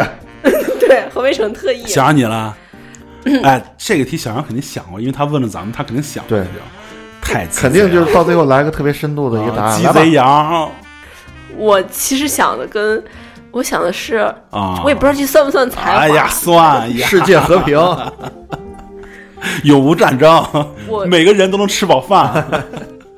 对，河北省特艺。想 你了。哎，这个题小杨肯定想过，因为他问了咱们，他肯定想过对这个，太鸡贼肯定就是了到最后来个特别深度的一个答啊案，鸡来吧贼羊我其实想的跟我想的是，啊！我也不知道这算不算才华。哎呀，算呀， 世界和平。永无战争我， 每个人都能吃饱饭。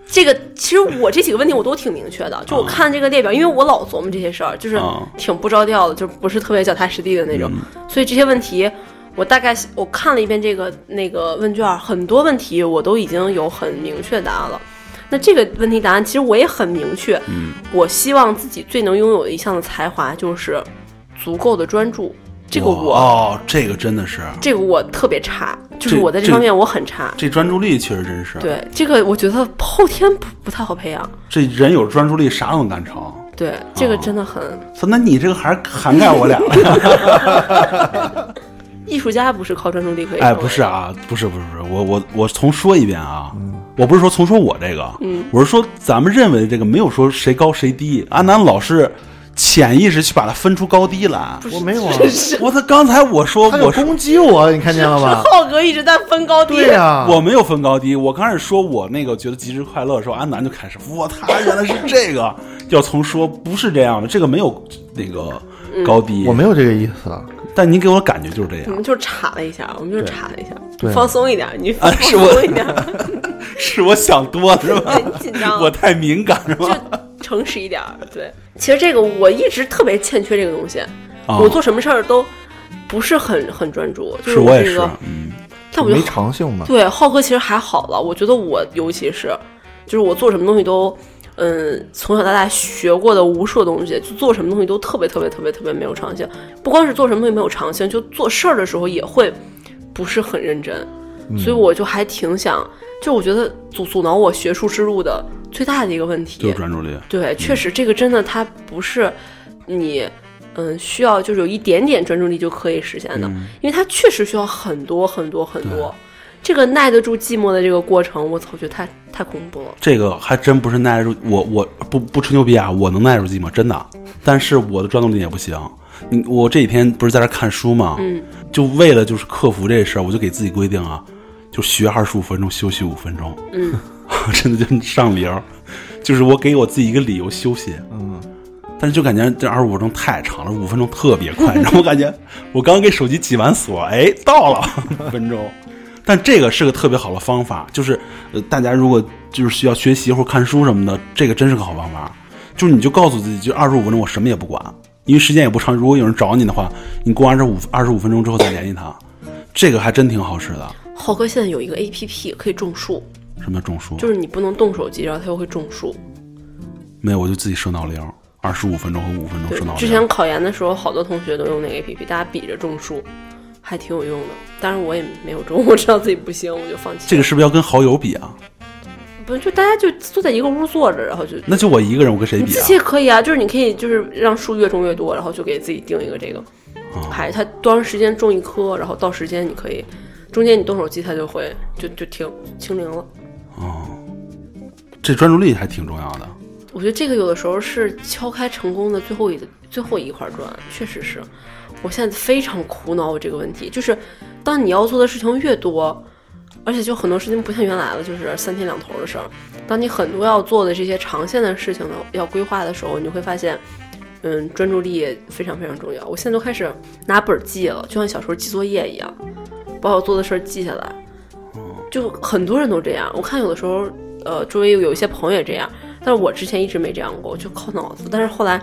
这个其实我这几个问题我都挺明确的，就我看这个列表，因为我老琢磨这些事儿，就是啊挺不着调的，就不是特别脚踏实地的那种，所以这些问题。我大概我看了一遍这个那个问卷儿，很多问题我都已经有很明确答案了。那这个问题答案其实我也很明确，我希望自己最能拥有的一项的才华就是足够的专注。 这个我、哇哦，这个真的是，这个我特别差，就是这我在这这方面我很差。这专注力确实真是，对，这个我觉得后天不不太好培养。这人有专注力，啥都能干成。对，这个真的很、说那你这个还是涵盖我俩了？艺术家不是靠专注力可以。哎，不是，啊，不是不是不是，我我我重说一遍啊，嗯我不是说重说我这个，嗯我是说咱们认为的这个没有说谁高谁低，阿南老是潜意识去把它分出高低来。我没有啊，我他刚才我说他有我是攻击我，你看见了是吧？ 浩哥一直在分高低。对呀、我没有分高低，我刚开始说我那个觉得极致快乐的时候，安南就开始，哇，他原来是这个，要重说，不是这样的，这个没有那个嗯高低，我没，有这个意思啊。但您给我感觉就是这我样，们就是岔了一下，我们就是岔了一下，对放松一点，你放啊是我松一点，是我想多了是 吧？对紧张了我太敏感是吧？就 诚实一点。对，其实这个我一直特别欠缺这个东西，啊我做什么事儿都不是很很专注，就是我也这是个，，嗯，但我觉没得长性嘛，对，浩哥其实还好了，我觉得我尤其是，就是我做什么东西都，嗯，从小到大学过的无数的东西，就做什么东西都特别特别特别特别没有长性。不光是做什么东西没有长性，就做事儿的时候也会不是很认真，所以我就还挺想，就我觉得阻阻挠我学术之路的最大的一个问题，就是专注力，对，确实这个真的它不是你。嗯，需要就是有一点点专注力就可以实现的，嗯因为它确实需要很多很多很多。这个耐得住寂寞的这个过程，我操，我觉得太太恐怖了。这个还真不是耐得住，我我不不吹牛逼啊，我能耐得住寂寞，真的。但是我的专注力也不行。你我这几天不是在这看书吗？嗯，就为了就是克服这事儿，我就给自己规定啊，就学二十五分钟，休息五分钟。嗯， 真的就上零儿，就是我给我自己一个理由休息。嗯，但是就感觉这二十五分钟太长了，五分钟特别快，让我感觉我刚给手机解完锁，哎，到了 五分钟。但这个是个特别好的方法，就是呃，大家如果就是需要学习或者看书什么的，这个真是个好方法。就是你就告诉自己，就二十五分钟我什么也不管，因为时间也不长。如果有人找你的话，你过完这五二十五分钟之后再联系他，这个还真挺好使的。浩哥现在有一个 A P P 可以种树，什么叫种树？就是你不能动手机，然后它又会种树。嗯没有，我就自己设闹铃，二十五分钟和五分钟对设闹，铃。之前考研的时候，好多同学都用那个 A P P，大家比着种树，还挺有用的。但是我也没有种，我知道自己不行，我就放弃了。这个是不是要跟好友比啊？不就大家就坐在一个屋坐着，然后就那就我一个人，我跟谁你比自啊己？也可以啊，就是你可以就是让树越种越多，然后就给自己定一个这个，还它多长时间种一棵，然后到时间你可以，中间你动手机它就会就就停清零了。这专注力还挺重要的。我觉得这个有的时候是敲开成功的最后一最后一块砖，确实是。我现在非常苦恼我这个问题，就是当你要做的事情越多，而且就很多事情不像原来了，就是三天两头的事儿。当你很多要做的这些长线的事情呢，要规划的时候，你会发现，嗯，专注力非常非常重要。我现在都开始拿本儿记了，就像小时候记作业一样，把我做的事儿记下来。就很多人都这样。我看有的时候，呃，周围有一些朋友也这样，但是我之前一直没这样过，我就靠脑子。但是后来，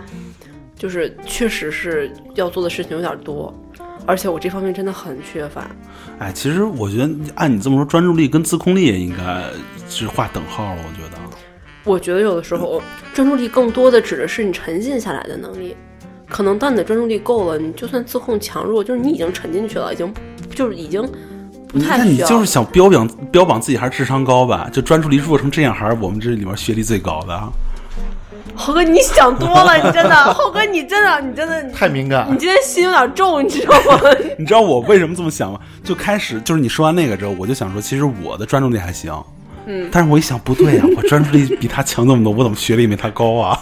就是确实是要做的事情有点多，而且我这方面真的很缺乏。哎，其实我觉得按你这么说，专注力跟自控力也应该是划等号了。我觉得，我觉得有的时候专注力更多的指的是你沉浸下来的能力。可能当你的专注力够了，你就算自控强弱，就是你已经沉进去了，已经就是已经不嗯那太你需要。就是想标榜标榜自己还是智商高吧？就专注力弱成这样，还是我们这里面学历最高的。啊浩哥，你想多了，你真的，浩哥，你真的，你真的，太敏感你今天心有点重，你知道吗？ 你知道我为什么这么想吗？就开始就是你说完那个之后，我就想说，其实我的专注力还行。嗯，但是我一想不对啊，我专注力比他强那么多，我怎么学历没他高啊？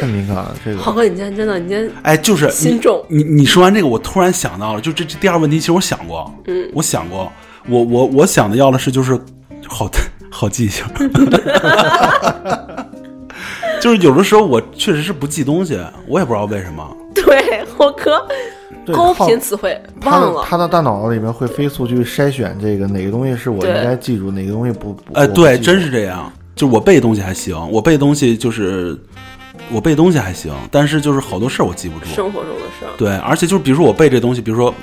太敏感了，这个浩哥，你今天真的，你今天哎，就是心重你你你说完这个，我突然想到了，就这这第二个问题，其实我想过，嗯，我想过，我我我想的要的是就是好好记性， 就是有的时候我确实是不记东西，我也不知道为什么。对 浩哥对高浩频词汇他忘的了，他的大脑里面会飞速去筛选这个哪个东西是我对应该记住，哪个东西不不。哎，我不对，记真住是这样。就是我背东西还行，我背东西就是我背东西还行，但是就是好多事儿我记不住。生活中的事儿。对，而且就是比如说我背这东西，比如说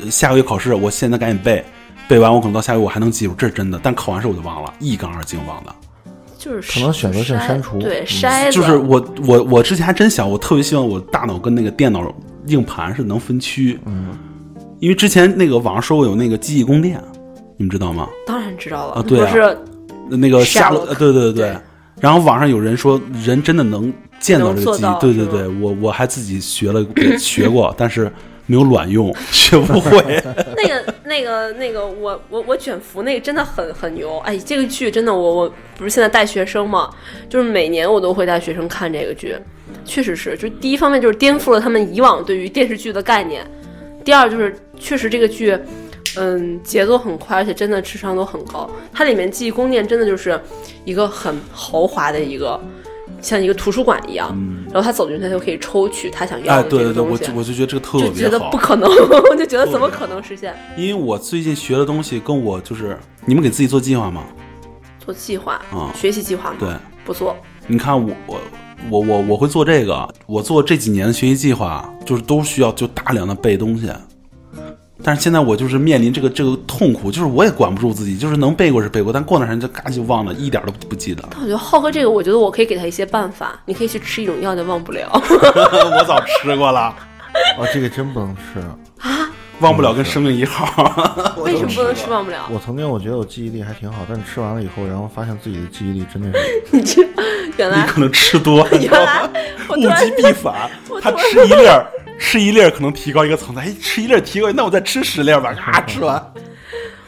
呃下个月考试，我现在赶紧背，背完我可能到下个月我还能记住，这是真的。但考完试我就忘了，一干二净忘的。就是可能选择性筛删除对嗯筛子就是我我我之前还真想，我特别希望我大脑跟那个电脑硬盘是能分区，嗯，因为之前那个网上说过有那个记忆宫殿，你们知道吗？当然知道了，啊对啊不是那个夏洛， Sherlock，呃对对对对然后网上有人说，人真的能见到这能个做记忆到，对对是吗对，我我还自己学了学过，但是没有卵用， 学不会。那个、那个、那个，我我我卷福那个真的很很牛，哎，这个剧真的我我不是现在带学生嘛，就是每年我都会带学生看这个剧，确实是，就第一方面就是颠覆了他们以往对于电视剧的概念，第二就是确实这个剧，嗯，节奏很快，而且真的智商都很高，它里面记忆宫殿真的就是一个很豪华的一个。像一个图书馆一样，然后他走进去，他就可以抽取他想要嗯哎，的对这个对对，我东西，就我就觉得这个特就觉别得不好，可能， 我就觉得怎么可能实现？因为我最近学的东西跟我就是，你们给自己做计划吗？做计划，嗯学习计划吗？对，不做。你看我我我我我会做这个，我做这几年的学习计划，就是都需要就大量的背东西。但是现在我就是面临这个这个痛苦，就是我也管不住自己，就是能背过是背过，但过段时间就嘎就忘了，一点儿都不记得。 但我觉得浩哥这个，我觉得我可以给他一些办法。你可以去吃一种药叫忘不了，我早吃过了，哦，这个真不能吃。忘不了跟生命一号。为什么不能吃忘不了？我曾经我觉得我记忆力还挺好，但吃完了以后，然后发现自己的记忆力真的是你这原你来可能吃多了，你原知道吗来？我物突然极必反我，他突然吃一粒儿，吃一粒儿可能提高一个层次，哎，吃一粒儿提高，那我再吃十粒儿吧，啊，吃完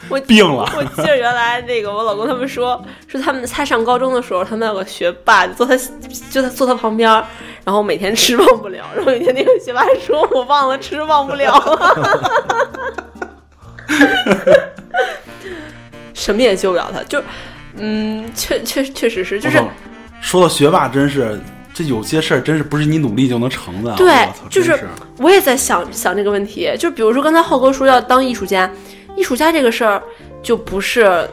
我病了我记得原来那个我老公他们说，说他们他上高中的时候，他们有个学霸就坐他就他坐他旁边儿，然后每天吃忘不了，然后有一天那个学霸说我忘了吃忘不了了， 什么也救不了他，就是嗯，确确确实是，就是我操说到学霸，真是这有些事儿真是不是你努力就能成的。对啊我操，就真是是我也在想想这个问题，就比如说刚才浩哥说要当艺术家，艺术家这个事儿就不是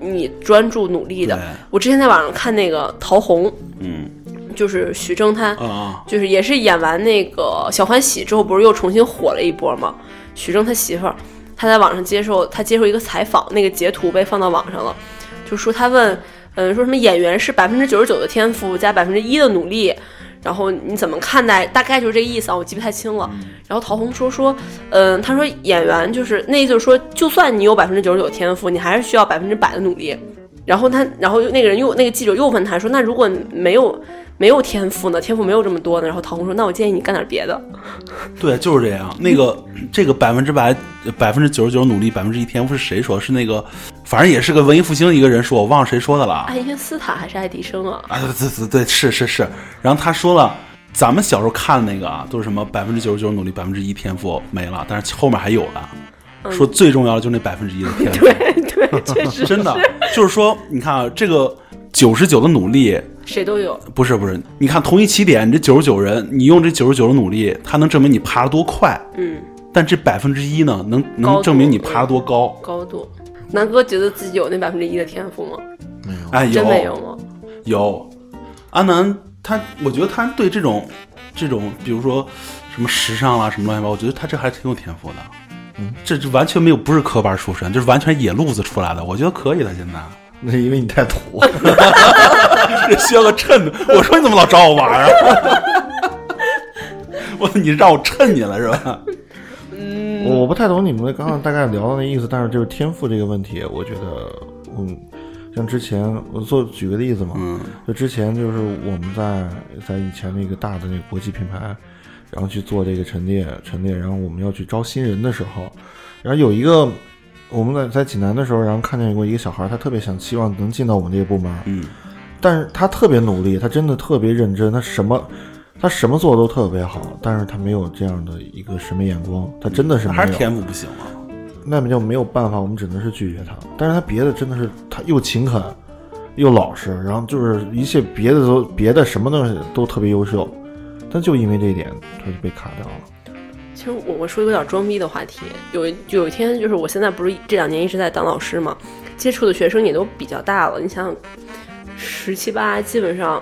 你专注努力的对。我之前在网上看那个陶虹，嗯就是徐峥他，啊啊，就是也是演完那个《小欢喜》之后，不是又重新火了一波吗？徐峥他媳妇儿，他在网上接受他接受一个采访，那个截图被放到网上了，就说他问，嗯，说什么演员是百分之九十九的天赋加百分之一的努力，然后你怎么看待？大概就是这个意思啊，我记不太清了。然后陶虹说说，嗯，他说演员就是那意思就是说，就算你有百分之九十九的天赋，你还是需要百分之百的努力。然后他，然后那个人又那个记者又问他说，那如果没有没有天赋呢？天赋没有这么多呢？然后陶虹说，那我建议你干点别的。对，就是这样。那个这个百分之百、百分之九十九努力，百分之一天赋是谁说？是那个，反正也是个文艺复兴的一个人说，我忘了谁说的了。爱啊因斯坦还是爱迪生啊？啊，对对对，是是是。然后他说了，咱们小时候看的那个啊，都是什么百分之九十九努力，百分之一天赋没了，但是后面还有的。说最重要的就是那百分之一的 天赋， 对嗯对，确实 真的就是说，你看啊，这个九十九的努力，谁都有。不是不是，你看同一起点，你这九十九人，你用这九十九的努力，它能证明你爬得多快，嗯，但这百分之一呢，能高能度证明你爬得多高。高度南哥觉得自己有那百分之一的天赋吗？没有，哎，真没有吗？有，阿南他，我觉得他对这种这种，比如说什么时尚啦、什么乱七八糟，我觉得他这还挺有天赋的。嗯，这这完全没有不是科班出身，就是完全野路子出来的，我觉得可以的。现在 那是因为你太土。这需要个衬的，我说你怎么老找我玩儿啊？ 我你让我衬你了是吧？我我不太懂你们刚刚大概聊的那意思，但是就是天赋这个问题，我觉得，嗯，像之前我做举个例子嘛，嗯就之前就是我们在在以前那个大的那个国际品牌，然后去做这个沉淀沉淀，然后我们要去招新人的时候，然后有一个我们在在济南的时候，然后看见过一个小孩，他特别想希望能进到我们这个部门，嗯，但是他特别努力，他真的特别认真，他什么。他什么做的都特别好，但是他没有这样的一个审美眼光，他真的是没有。还是天赋不行啊吗？那么就没有办法，我们只能是拒绝他。但是他别的真的是他又勤恳，又老实，然后就是一切别的都别的什么东西都特别优秀，但就因为这一点，他就被卡掉了。其实我我说一个有点装逼的话题，有一有一天就是我现在不是这两年一直在当老师嘛，接触的学生也都比较大了。你想想，十七八，基本上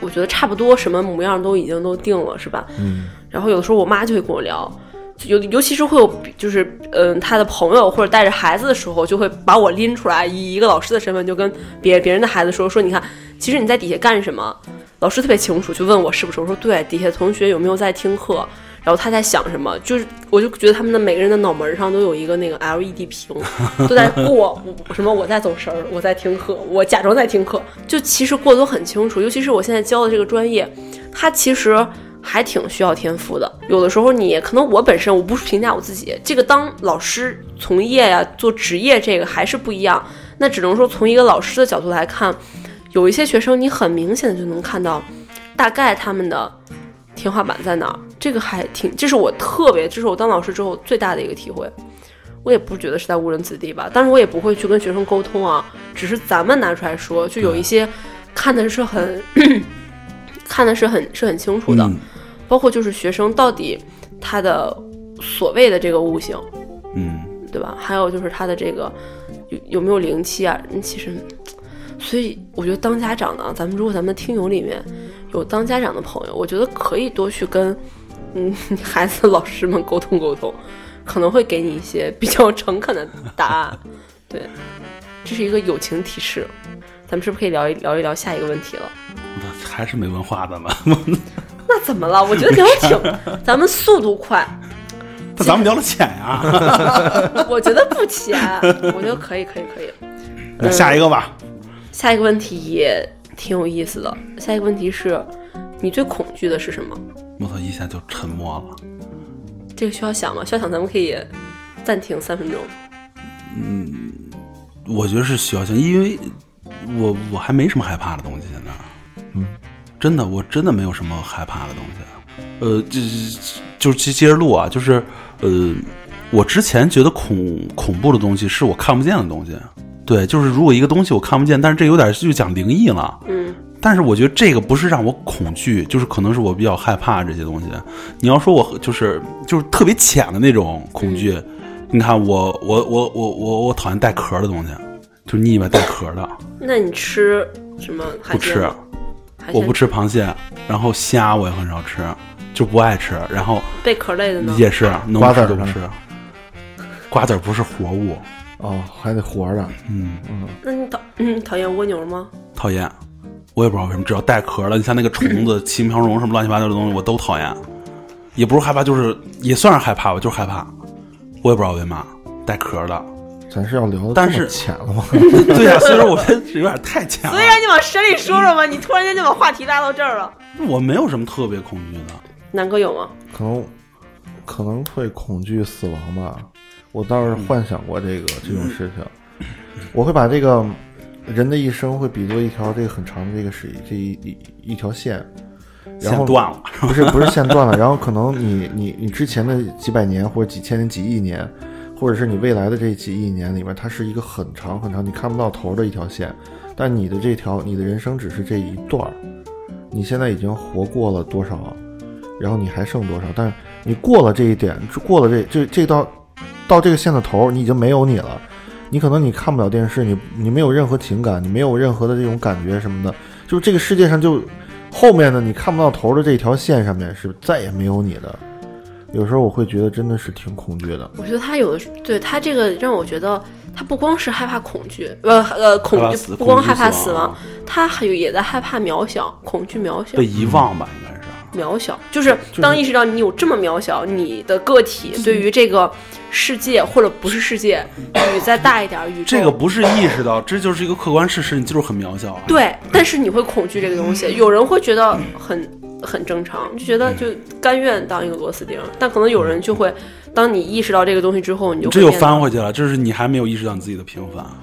我觉得差不多什么模样都已经都定了，是吧？嗯，然后有的时候我妈就会跟我聊，就尤尤其是会有就是嗯、她的朋友或者带着孩子的时候，就会把我拎出来，以一个老师的身份就跟别别人的孩子说说，你看，其实你在底下干什么？老师特别清楚，就问我是不是，我说对，底下同学有没有在听课，然后他在想什么，就是我就觉得他们的每个人的脑门上都有一个那个 LED 屏，都在过我什么我在走神儿，我在听课，我假装在听课，就其实过得都很清楚，尤其是我现在教的这个专业，它其实。还挺需要天赋的，有的时候你可能我本身我不是评价我自己，这个当老师从业呀、做职业这个还是不一样，那只能说从一个老师的角度来看，有一些学生，你很明显的就能看到，大概他们的天花板在哪儿。这个还挺，这是我特别，这是我当老师之后最大的一个体会。我也不觉得是在误人子弟吧，但是我也不会去跟学生沟通啊，只是咱们拿出来说，就有一些看的是很看的是很是很清楚的，嗯包括就是学生到底他的所谓的这个悟性，嗯，对吧？还有就是他的这个有有没有灵气啊？嗯其实，所以我觉得当家长呢，咱们如果咱们的听友里面有当家长的朋友，我觉得可以多去跟嗯 孩子、老师们沟通沟通，可能会给你一些比较诚恳的答案。对，这是一个友情提示。咱们是不是可以聊一聊一聊下一个问题了？那还是没文化的嘛。 那怎么了？我觉得聊得挺，咱们速度快，那咱们聊的浅呀，我觉得不浅，我觉得可以，可以，可以。那下一个吧。下一个问题也挺有意思的。下一个问题是，你最恐惧的是什么？我操，一下就沉默了。这个需要想吗？需要想，咱们可以暂停三分钟。我觉得是需要性，因为我我还没什么害怕的东西现在，嗯，真的，我真的没有什么害怕的东西。呃，这就接接着录啊，就是呃，我之前觉得恐恐怖的东西是我看不见的东西，对，就是如果一个东西我看不见，但是这有点就讲灵异了，嗯，但是我觉得这个不是让我恐惧，就是可能是我比较害怕这些东西。你要说我就是就是特别浅的那种恐惧，你看我我我我我我讨厌带壳的东西，就腻歪带壳的，那你吃什么海不鲜吃吗？，海鲜我不吃螃蟹，然后虾我也很少吃，就不爱吃，然后贝壳类的呢？也是能瓜不子儿吃就不呢吃。瓜子儿不是活物，哦，还得活着，嗯，那你讨嗯讨厌蜗牛吗？讨厌。我也不知道为什么，只要带壳了，你像那个虫子、奇苗虫什么乱七八糟的东西，我都讨厌。也不是害怕，就是也算是害怕吧，就是害怕。我也不知道为嘛带壳的。 咱是要聊的但这么是浅了吗？对呀、所以说我觉得有点太浅了所以。让你往深里说说嘛，你突然间就把话题拉到这儿了。我没有什么特别恐惧的。南哥有吗？可能可能会恐惧死亡吧。我倒是幻想过这个、这种事情，嗯我会把这个人的一生会比作一条这个很长的这个是这一一一条线，然后线断了，不是不是线断了，然后可能你你你之前的几百年或者几千年几亿年，或者是你未来的这几亿年里面，它是一个很长很长你看不到头的一条线，但你的这条你的人生只是这一段儿，你现在已经活过了多少，然后你还剩多少，但是你过了这一点，过了这这这道到这个线的头儿，你已经没有你了，你可能你看不了电视，你你没有任何情感，你没有任何的这种感觉什么的，就这个世界上就后面的你看不到头的这条线上面是再也没有你的。有时候我会觉得真的是挺恐惧的，我觉得他有的是，对他这个让我觉得，他不光是害怕恐惧，呃呃恐害怕惧，死不光恐惧害怕死死亡亡，他还有也在害怕渺小，恐惧渺小被。遗忘吧，应该是。渺小，就是是当意识到你有这么渺小，你的个体对于这个世界或者不是世界，你再大一点儿宇宙，嗯这个不是意识到，这就是一个客观事实，你就是很渺小啊。，对，但是你会恐惧这个东西，有人会觉得很很正常，就觉得嗯就甘愿当一个螺丝钉儿，但可能有人就会，当你意识到这个东西之后，你就会这又变得翻回去了，这是你还没有意识到你自己的平凡。啊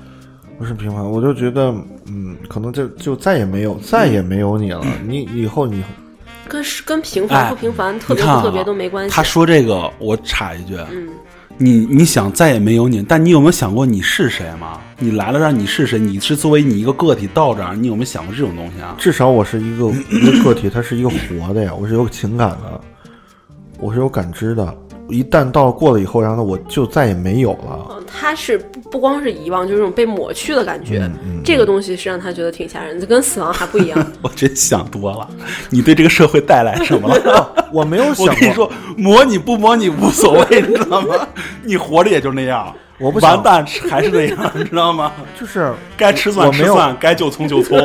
不是平凡，我就觉得，嗯，可能就就再也没有再也没有你了，你以后你跟是跟平凡哎不平凡、特你别看啊不特别都没关系。嗯他说这个，我插一句，你你想再也没有你，但你有没有想过你是谁吗？你来了让你是谁？你是作为你一个个体到这儿，你有没有想过这种东西啊？ 至少我是一个 一个个体，它是一个活的呀，我是有情感的，我是有感知的。一旦到过了以后，然后我就再也没有了。嗯，他是不不光是遗忘，就是这种被抹去的感觉，嗯这个东西是让他觉得挺吓人的，跟死亡还不一样。我真想多了，你对这个社会带来什么了？我没有 我想跟过，你说，模拟不模拟无所谓，你知道吗？你活着也就那样，我不想完蛋还是那样，你知道吗？就是该吃我蒜没吃有蒜，该就葱就葱。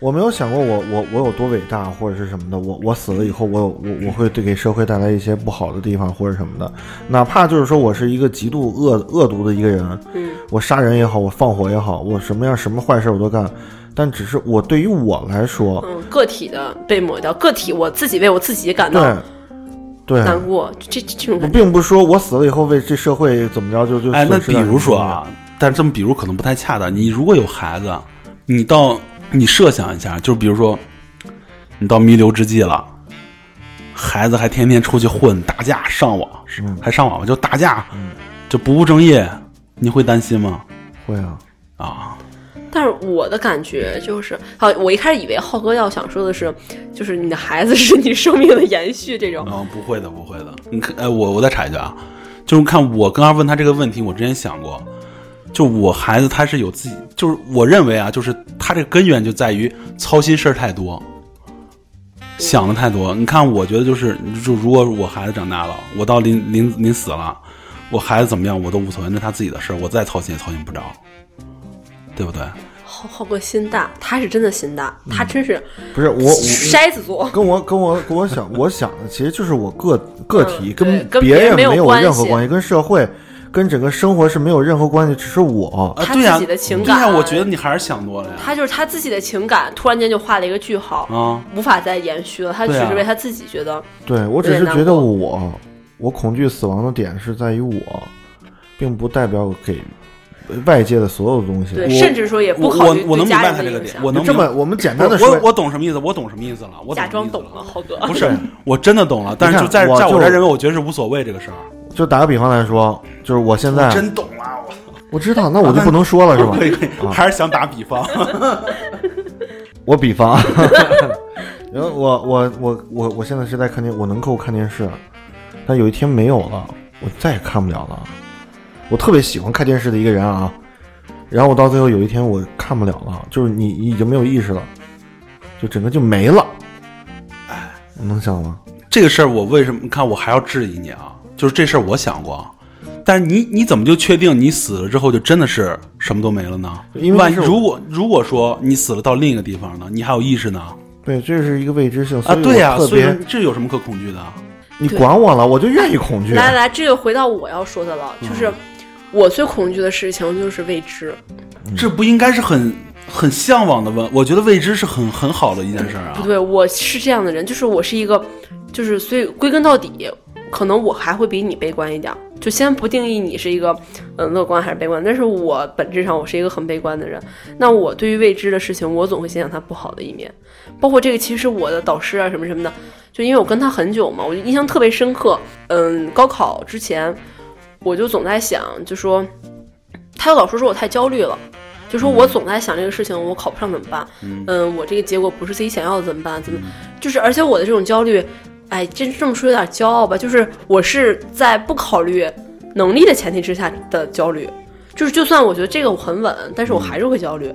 我没有想过我我我有多伟大或者是什么的。我我死了以后，我有我我会对给社会带来一些不好的地方或者什么的。哪怕就是说我是一个极度恶恶毒的一个人，嗯，我杀人也好，我放火也好，我什么样什么坏事我都干。但只是我对于我来说，嗯，个体的被抹掉，个体我自己为我自己感到对对，难过，这这这种我感觉。并不是说我死了以后为这社会怎么着就就 哎，那损失比点如说什么啊，但这么比如可能不太恰当。你如果有孩子，你到你设想一下，就是比如说，你到弥留之际了，孩子还天天出去混打架上网，是嗯还上网吧就打架，就不务正业，你会担心吗？会啊，啊，但是我的感觉就是，好，我一开始以为浩哥要想说的是，就是你的孩子是你生命的延续这种。嗯，不会的，不会的。你看，呃，我我再插一句啊，就是看我刚刚问他这个问题，我之前想过，就我孩子他是有自己，就是我认为啊，就是他这个根源就在于操心事儿太多，想的太多。你看，我觉得就是，就如果我孩子长大了，我到临临临死了，我孩子怎么样我都无所谓，那他自己的事儿，我再操心也操心不着，对不对？浩浩哥心大，他是真的心大，嗯他真是不是我我筛子座。跟我跟我跟我想我想的其实就是我个个体嗯对跟别别人人没有没有关任何系关系，跟社会跟整个生活是没有任何关系，只是我啊，他对呀、自己的情对呀、感啊我觉得你还是想多了呀。他就是他自己的情感，突然间就画了一个句号，啊无法再延续了。他只对啊是为他自己觉得，对我只有是点难觉得过我我恐惧死亡的点是在于我，并不代表给外界的所有东西。对，我甚至说也不我考我虑对我能明家白人他的这个影点，响。我能这明白么我们简单我的说，我我懂什么意思，我懂什么意思了，我假装懂什懂了，么意思了。浩哥。不是，我真的懂了，但是你看就在我在就我这儿认为，我觉得是无所谓这个事儿。就打个比方来说，就是我现在真懂了， 我知道，那我就不能说了是我吧可？以可以，还是想打比方。我比方， 然后我我我我我现在是在看电，我能够看电视，但有一天没有了，我再也看不了了。我特别喜欢看电视的一个人啊，然后我到最后有一天我看不了了，就是你已经没有意识了，就整个就没了。哎，能想吗？ 这个事儿我为什么？你看我还要质疑你啊？就是这事儿我想过，啊但是你你怎么就确定你死了之后就真的是什么都没了呢？因为万一这是我如果如果说你死了到另一个地方呢，你还有意识呢？对，这是一个未知性啊，对呀、呀、特所以别说这有什么可恐惧的？啊你管我了，我就愿意恐惧。来来来，这就回到我要说的了，就是我最恐惧的事情就是未知。嗯这不应该是很很向往的问？我觉得未知是很很好的一件事儿啊不。对，我是这样的人，就是我是一个，就是所以归根到底，可能我还会比你悲观一点儿。就先不定义你是一个嗯乐观还是悲观，但是我本质上我是一个很悲观的人。那我对于未知的事情，我总会先想它不好的一面，包括这个其实我的导师啊什么什么的，就因为我跟他很久嘛，我就印象特别深刻。嗯，高考之前，我就总在想，就说他老说说我太焦虑了。就说我总在想这个事情，我考不上怎么办？嗯我这个结果不是自己想要的怎么办？怎么？就是而且我的这种焦虑，哎，真这么说有点骄傲吧，就是我是在不考虑能力的前提之下的焦虑。就是就算我觉得这个我很稳，但是我还是会焦虑。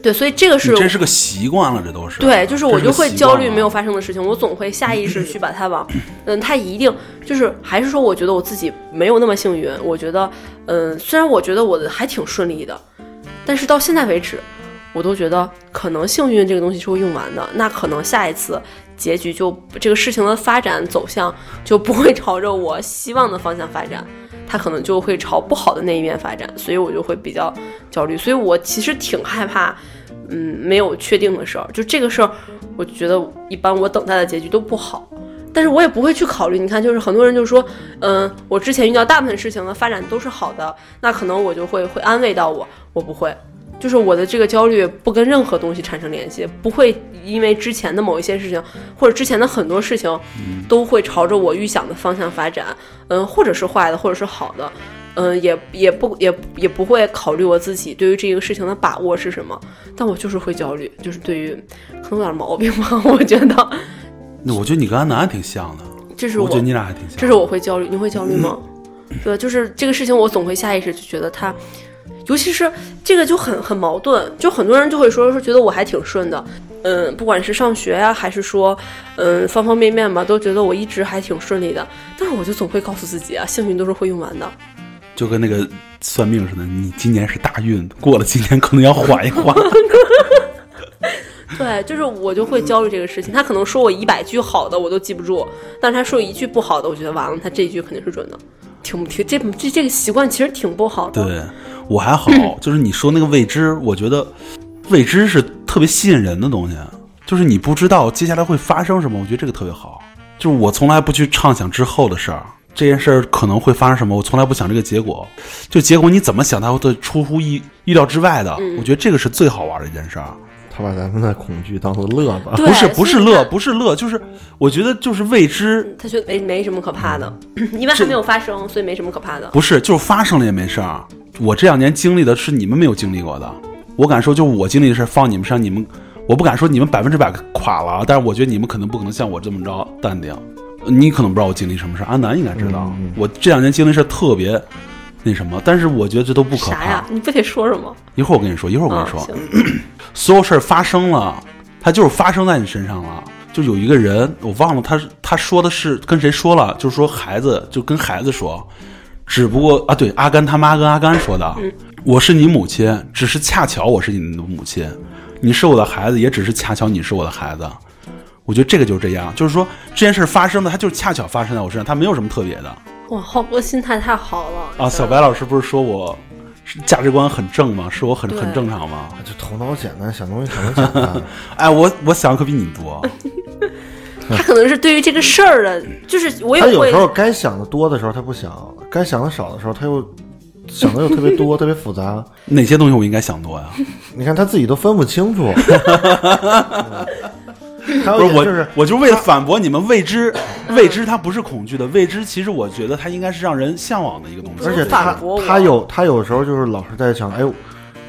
对，所以这个是你这是个习惯了，这都是对，就是我就这是个会习焦惯虑了没有发生的事情，我总会下意识去把它往，嗯，它一定就是还是说，我觉得我自己没有那么幸运。我觉得，嗯，虽然我觉得我的还挺顺利的，但是到现在为止，我都觉得可能幸运这个东西是会用完的。那可能下一次结局就这个事情的发展走向就不会朝着我希望的方向发展，它可能就会朝不好的那一面发展，所以我就会比较焦虑。所以我其实挺害怕。嗯，没有确定的事儿，就这个事儿，我觉得一般我等待的结局都不好，但是我也不会去考虑。你看，就是很多人就说，嗯，我之前遇到大部分事情的发展都是好的，那可能我就会会安慰到我，我不会，就是我的这个焦虑不跟任何东西产生联系，不会因为之前的某一些事情或者之前的很多事情，都会朝着我预想的方向发展，嗯，或者是坏的，或者是好的。嗯，也也不也也不会考虑我自己对于这个事情的把握是什么，但我就是会焦虑，就是对于可能有点毛病吧， 我觉得那我觉得你跟安南还挺像的，这是我我，觉得你俩还挺像。这是我会焦虑，你会焦虑吗？对，就是这个事情，我总会下意识就觉得它，尤其是这个就很很矛盾，就很多人就会说说觉得我还挺顺的，嗯，不管是上学呀、还是说嗯方方面面吧，都觉得我一直还挺顺利的，但是我就总会告诉自己啊，幸运都是会用完的，就跟那个算命似的，你今年是大运，过了今年可能要缓一缓。对，就是我就会焦虑这个事情。他可能说我一百句好的我都记不住，但是他说一句不好的，我觉得完了，他这一句肯定是准的。挺挺这这这个习惯其实挺不好的。对我还好，嗯就是你说那个未知，我觉得未知是特别吸引人的东西，就是你不知道接下来会发生什么，我觉得这个特别好。就是我从来不去畅想之后的事儿，这件事儿可能会发生什么，我从来不想这个结果。就结果你怎么想，它会出乎意意料之外的。嗯我觉得这个是最好玩的一件事儿。他把咱们的恐惧当做乐子，对不是不所以是他乐，不是乐，就是我觉得就是未知，他觉得没没什么可怕的， 因为还没有发生，所以没什么可怕的。不是，就是发生了也没事儿。我这两年经历的是你们没有经历过的，我敢说，就我经历的事儿放你们上，你们我不敢说你们百分之百垮了，但是我觉得你们可能不可能像我这么着淡定。你可能不知道我经历什么事儿，安南应该知道。我这两年经历事儿特别那什么，但是我觉得这都不可啥怕呀。？你非得说什么？一会儿我跟你说，一会儿我跟啊你说，行所有事儿发生了，它就是发生在你身上了。就有一个人，我忘了他是他说的是跟谁说了，就是说孩子，就跟孩子说，只不过啊，对，阿甘他妈跟阿甘说的，我是你母亲，只是恰巧我是你的母亲，你是我的孩子，也只是恰巧你是我的孩子。我觉得这个就是这样，就是说这件事发生的，它就是恰巧发生在我身上，它没有什么特别的哇，好，我心态太好了啊。小白老师不是说我是价值观很正吗？是我很对很正常吗？就头脑简单，想东西想的简单。哎，我我想的可比你多。他可能是对于这个事儿的，就是我也他有哎会时候该想的多的时候他不想，该想的少的时候他又想的又特别 多，特别复杂。哪些东西我应该想多呀？你看他自己都分不清 楚。嗯 还不有一点是我就是，我就是为了反驳你们未知， 未知它不是恐惧的，未知其实我觉得它应该是让人向往的一个东西。而且反他驳我他有他有时候就是老是在想，哎呦，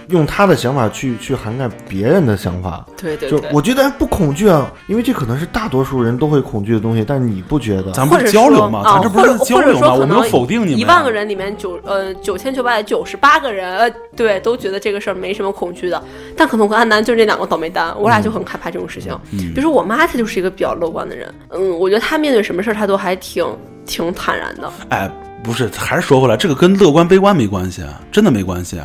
用他的想法去去涵盖别人的想法。对对就对，我觉得不恐惧啊，因为这可能是大多数人都会恐惧的东西，但你不觉得？咱们或不者是说交流吗？啊咱这不是在交流或者吗？或者说我没有可能否定你们。一万个，人里面九呃九千九百九十八个人，呃，对，都觉得这个事儿没什么恐惧的。但可能跟安南就这两个倒霉蛋，我俩嗯就很害怕这种事情。比如说我妈，她就是一个比较乐观的人，嗯，我觉得她面对什么事儿，她都还挺挺坦然的。哎，不是，还是说回来，这个跟乐观悲观没关系，啊真的没关系。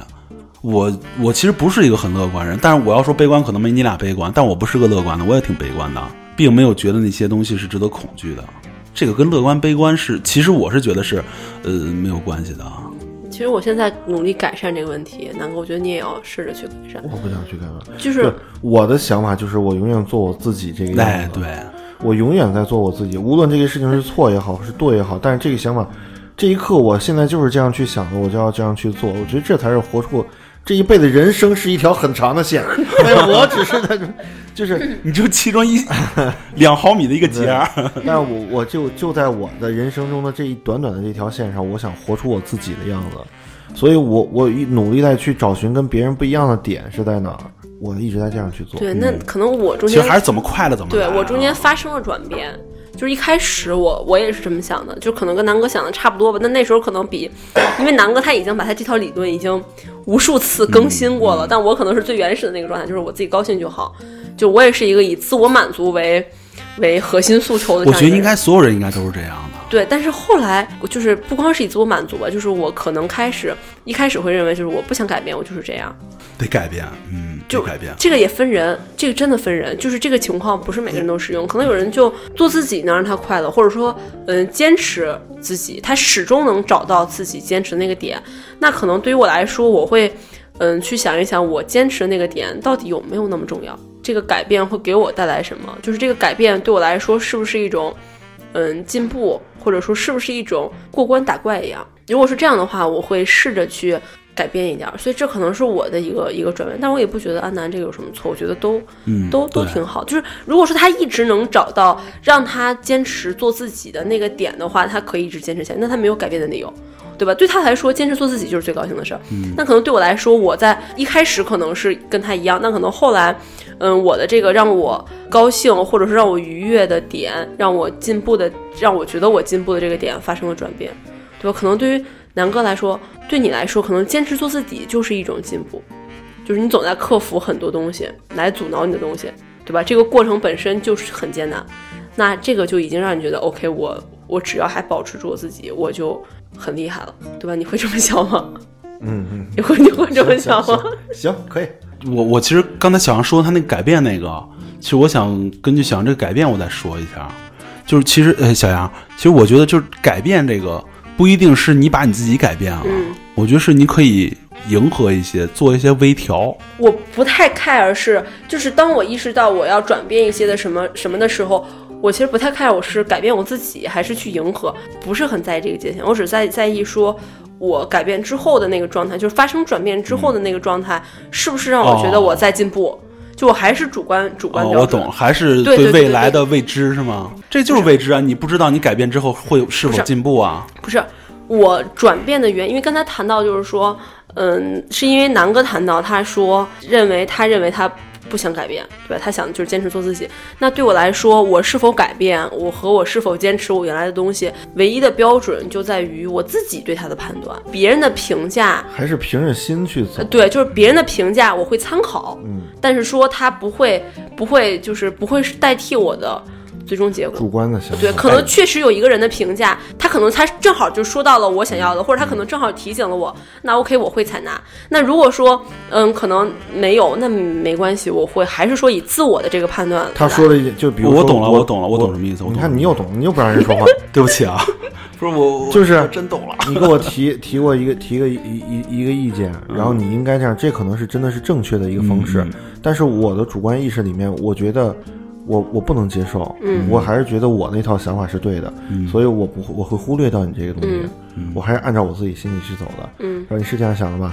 我我其实不是一个很乐观人，但是我要说悲观，可能没你俩悲观，但我不是个乐观的，我也挺悲观的，并没有觉得那些东西是值得恐惧的。这个跟乐观悲观是，其实我是觉得是，呃，没有关系的。啊其实我现在努力改善这个问题，南哥，我觉得你也要试着去改善。我不想去改变。对就是，我的想法就是我永远做我自己这个样哎子。，对，我永远在做我自己，无论这个事情是错也好，是对也好，但是这个想法，这一刻我现在就是这样去想的，我就要这样去做。我觉得这才是活出这一辈子。人生是一条很长的线，哎呀，我只是在，就是，嗯你就其中 一两毫米的一个节儿，但是我我就就在我的人生中的这一短短的这条线上，我想活出我自己的样子。所以我，我一努力在去找寻跟别人不一样的点是在哪儿，我一直在这样去做。对，那可能我中嗯其实间还是怎么快乐怎么来对啊我中间发生了转变，就是一开始我我也是这么想的，就可能跟南哥想的差不多吧。但那时候可能比，因为南哥他已经把他这套理论已经无数次嗯更新过了，但我可能是最原始的那个状态，就是我自己高兴就好。就我也是一个以自我满足为为核心诉求的这我样一个人。觉得应该所有人应该都是这样的。对，但是后来我就是不光是以自我满足吧，就是我可能开始一开始会认为就是我不想改变，我就是这样。得改变，嗯，就得改变。这个也分人，这个真的分人，就是这个情况不是每个人都适用，可能有人就做自己能让他快乐，或者说，嗯，坚持自己，他始终能找到自己坚持的那个点。那可能对于我来说，我会，嗯，去想一想我坚持的那个点到底有没有那么重要，这个改变会给我带来什么？就是这个改变对我来说是不是一种，嗯，进步，或者说是不是一种过关打怪一样？如果是这样的话，我会试着去改变一点儿，所以这可能是我的一个一个转变，但我也不觉得安南这个有什么错，我觉得都嗯，都都对挺好。就是如果说他一直能找到让他坚持做自己的那个点的话，他可以一直坚持下去，那他没有改变的理由。对吧？对他来说，坚持做自己就是最高兴的事儿。嗯那可能对我来说，我在一开始可能是跟他一样，那可能后来，嗯，我的这个让我高兴或者是让我愉悦的点，让我进步的，让我觉得我进步的这个点发生了转变，对吧？可能对于南哥来说，对你来说，可能坚持做自己就是一种进步，就是你总在克服很多东西来阻挠你的东西，对吧？这个过程本身就是很艰难，那这个就已经让你觉得 OK，我我只要还保持住我自己，我就很厉害了，对吧？你会这么想吗？ 嗯嗯，你会你会这么想吗？ 行，可以。我我其实刚才小杨说他那个改变那个，其实我想根据小杨这个改变，我再说一下，就是其实呃小杨，其实我觉得就是改变这个不一定是你把你自己改变了，嗯我觉得是你可以迎合一些，做一些微调，我不太 care 是，就是当我意识到我要转变一些的什么什么的时候，我其实不太 care 我是改变我自己还是去迎合，不是很在意这个界限，我只在在意说。我改变之后的那个状态，就是发生转变之后的那个状态，是不是让我觉得我在进步？就我还是主观主观哦，标我准。懂，还是对对对未对来的未知是吗？这就是未知啊，你不知道你改变之后会有是不否是进步啊？不是我转变的原因，因为刚才谈到就是说，嗯，是因为南哥谈到他说认为他认为他不想改变，对吧？他想就是坚持做自己。那对我来说，我是否改变，我和我是否坚持我原来的东西，唯一的标准就在于我自己对他的判断，别人的评价。还是凭着心去走呃。对，就是别人的评价我会参考，但是说他不会，不会，就是不会是代替我的最终结果。主观的想法，对，可能确实有一个人的评价，他可能他正好就说到了我想要的，或者他可能正好提醒了我，那 OK 我会采纳。那如果说嗯可能没有，那没关系，我会还是说以自我的这个判断来。他说了一点，就比如我说懂了我我懂了我懂什么意思我懂你什看么你又懂，你又不让人说话。 对不起啊， 不是我，就是我真懂了。你给我提提过一个提个一一一一个意见，然后你应该这样，这可能是真的是正确的一个方式。嗯但是我的主观意识里面，我觉得我我不能接受，嗯我还是觉得我那套想法是对的，嗯所以我不会我会忽略到你这个东西，我还是按照我自己心里去走的。嗯然后你是这样想的吧？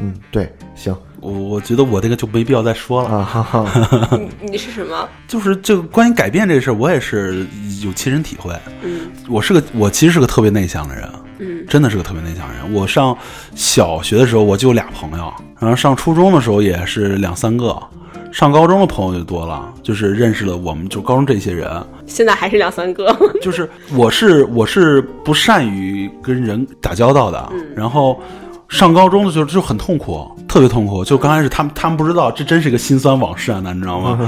嗯，对，行我我觉得我这个就没必要再说了。啊，哈哈，你你是什么？就是这个关于改变这事儿，我也是有亲身体会。嗯我是个我其实是个特别内向的人，嗯真的是个特别内向的人。我上小学的时候我就俩朋友，然后上初中的时候也是两三个，上高中的朋友就多了，就是认识了我们就高中这些人。现在还是两三个。 就是我是我是不善于跟人打交道的，啊然后上高中的时候就很痛苦，特别痛苦。就刚开始他们他们不知道，这真是一个心酸往事啊，那你知道吗？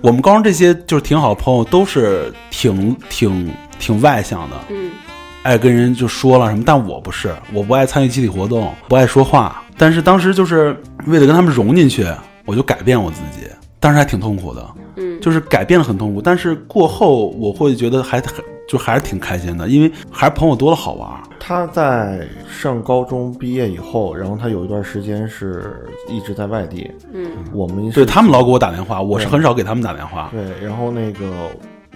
我们高中这些就是挺好的朋友，都是挺挺挺外向的，嗯爱跟人就说了什么，但我不是，我不爱参与集体活动，不爱说话。但是当时就是为了跟他们融进去，我就改变我自己，当时还挺痛苦的，嗯就是改变了很痛苦。但是过后我会觉得还很就还是挺开心的，因为还是朋友多了好玩儿。他在上高中毕业以后，然后他有一段时间是一直在外地，嗯我们对是嗯他们老给我打电话，我是很少给他们打电话。对，然后那个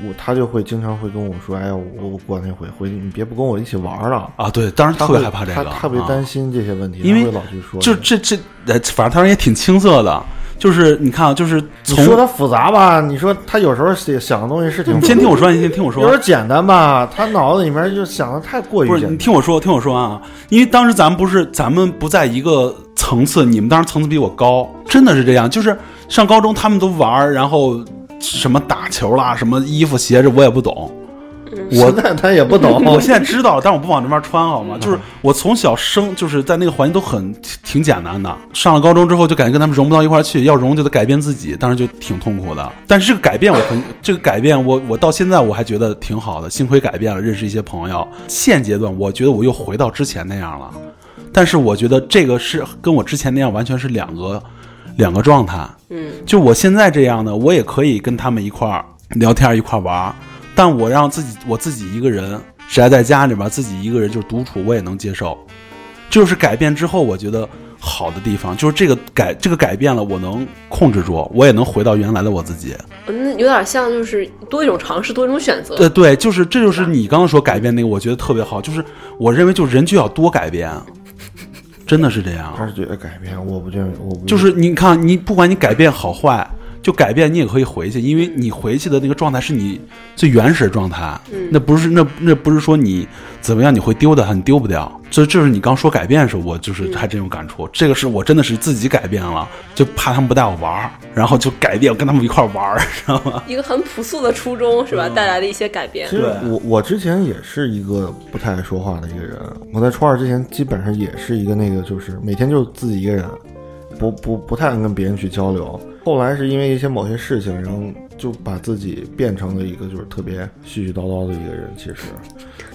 我他就会经常会跟我说，哎呀，我我过那回回去你别不跟我一起玩了，啊，对，当时他特别会害怕这个，他特别啊担心这些问题，因为他会老去说，就这这，呃反正当时也挺青涩的，就是你看啊，就是你从说他复杂吧，你说他有时候想想的东西是挺你复杂，先听我说，你先听我说，啊有点简单吧，他脑子里面就想的太过于不是，你简单，听我说，听我说啊，因为当时咱们不是，咱们不在一个层次，你们当时层次比我高，真的是这样。就是上高中他们都玩儿，然后什么打球啦，什么衣服鞋子我也不懂，现在他也不懂， 嗯我 现在知道了，但我不往那边穿，好吗？就是我从小生就是在那个环境都很挺挺简单的，上了高中之后就感觉跟他们融不到一块儿去，要融就得改变自己，当时就挺痛苦的。但是这个改变我很，这个改变我我到现在我还觉得挺好的，幸亏改变了，认识一些朋友。现阶段我觉得我又回到之前那样了，但是我觉得这个是跟我之前那样完全是两个两个状态。嗯，就我现在这样的，我也可以跟他们一块儿聊天，一块儿玩儿。但我让自己我自己一个人宅在家里边，自己一个人就是独处，我也能接受。这就是改变之后，我觉得好的地方就是这个改这个改变了，我能控制住，我也能回到原来的我自己。嗯那有点像就是多一种尝试，多一种选择。呃，对，就是这就是你刚刚说改变那个，我觉得特别好。就是我认为，就人就要多改变，真的是这样。他是觉得改变，我不觉得，我不就是你看，你不管你改变好坏，就改变你也可以回去，因为你回去的那个状态是你最原始的状态，那不是那那不是说你怎么样你会丢掉它，你丢不掉。这这是你刚说改变的时候，我就是还真有感触。这个是我真的是自己改变了，就怕他们不带我玩儿，然后就改变，我跟他们一块儿玩儿， 知道吗？一个很朴素的初衷是吧？带来的一些改变其。实对我我之前也是一个不太爱说话的一个人，我在初二之前基本上也是一个那个，就是每天就自己一个人，不不不太爱跟别人去交流。后来是因为一些某些事情，然后就把自己变成了一个就是特别絮絮叨叨的一个人。其实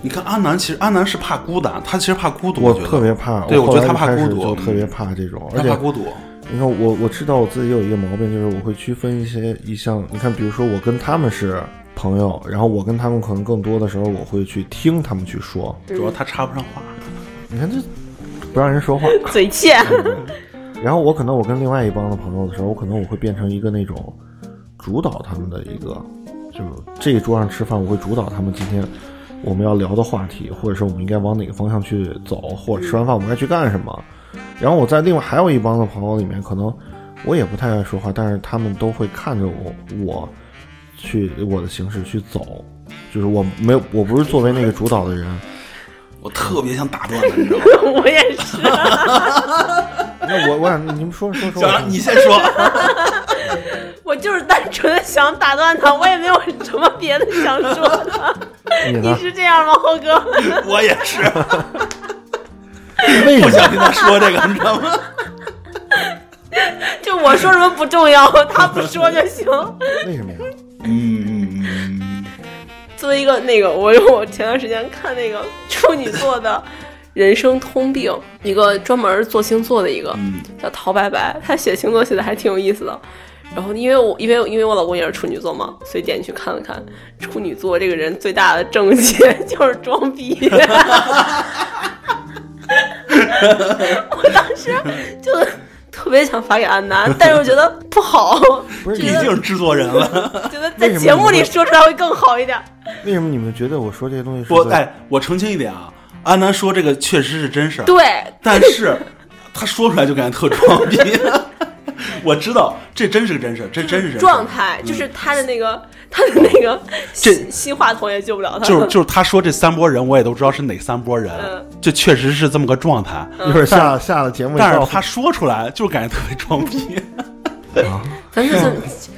你看阿南，其实阿南是怕孤单，他其实怕孤独，我觉得特别怕，对我我觉得他怕后来孤就开始独嗯就特别怕这种，而他且怕孤独。你看我我知道我自己有一个毛病，就是我会区分一些一项。你看，比如说我跟他们是朋友，然后我跟他们可能更多的时候，我会去听他们去说。主要他插不上话，你看这不让人说话。嘴欠， 然后我可能我跟另外一帮的朋友的时候，我可能我会变成一个那种主导他们的一个，就是这一桌上吃饭，我会主导他们今天我们要聊的话题，或者是我们应该往哪个方向去走，或者吃完饭我们该去干什么。然后我在另外还有一帮的朋友里面，可能我也不太爱说话，但是他们都会看着我，我去我的形式去走，就是我没有，我不是作为那个主导的人，我特别想打断他，你 知道吗？我也是。那我我想你们说说说，行了，你先说。我就是单纯的想打断他，我也没有什么别的想说的。你你呢？是这样吗，浩哥？ 我也是，为不什想么？跟他说这个，你知道吗？ 就我说什么不重要， 他不说就行。为什么呀？嗯嗯嗯，作为一个那个，我我前段时间看那个处女座的人生通病，一个专门做星座的一个、叫陶白白，他写星座写的还挺有意思的。然后因为我因为因为我老公也是处女座嘛，所以点进去看了看，处女座这个人最大的症结 就是装逼。 我当时就特别想发给安南，但是我觉得不好，不是觉毕得竟是制作人 了。觉得在节目里说出来会更好一点。为什么你们觉得我说这些东西是我对的？哎，我澄清一点啊，安南说这个确实是真事 儿，对，但是他说出来就感觉特装逼。 我知道这真是个真事儿，这真是真事儿状。态，嗯就是他的那个他的那个这新新话筒也救不了他。就是就是他说这三波人，我也都知道是哪三波人嗯，这确实是这么个状态。一会儿下下了节目以但后，是他说出来就是感觉特别装 逼。咱这就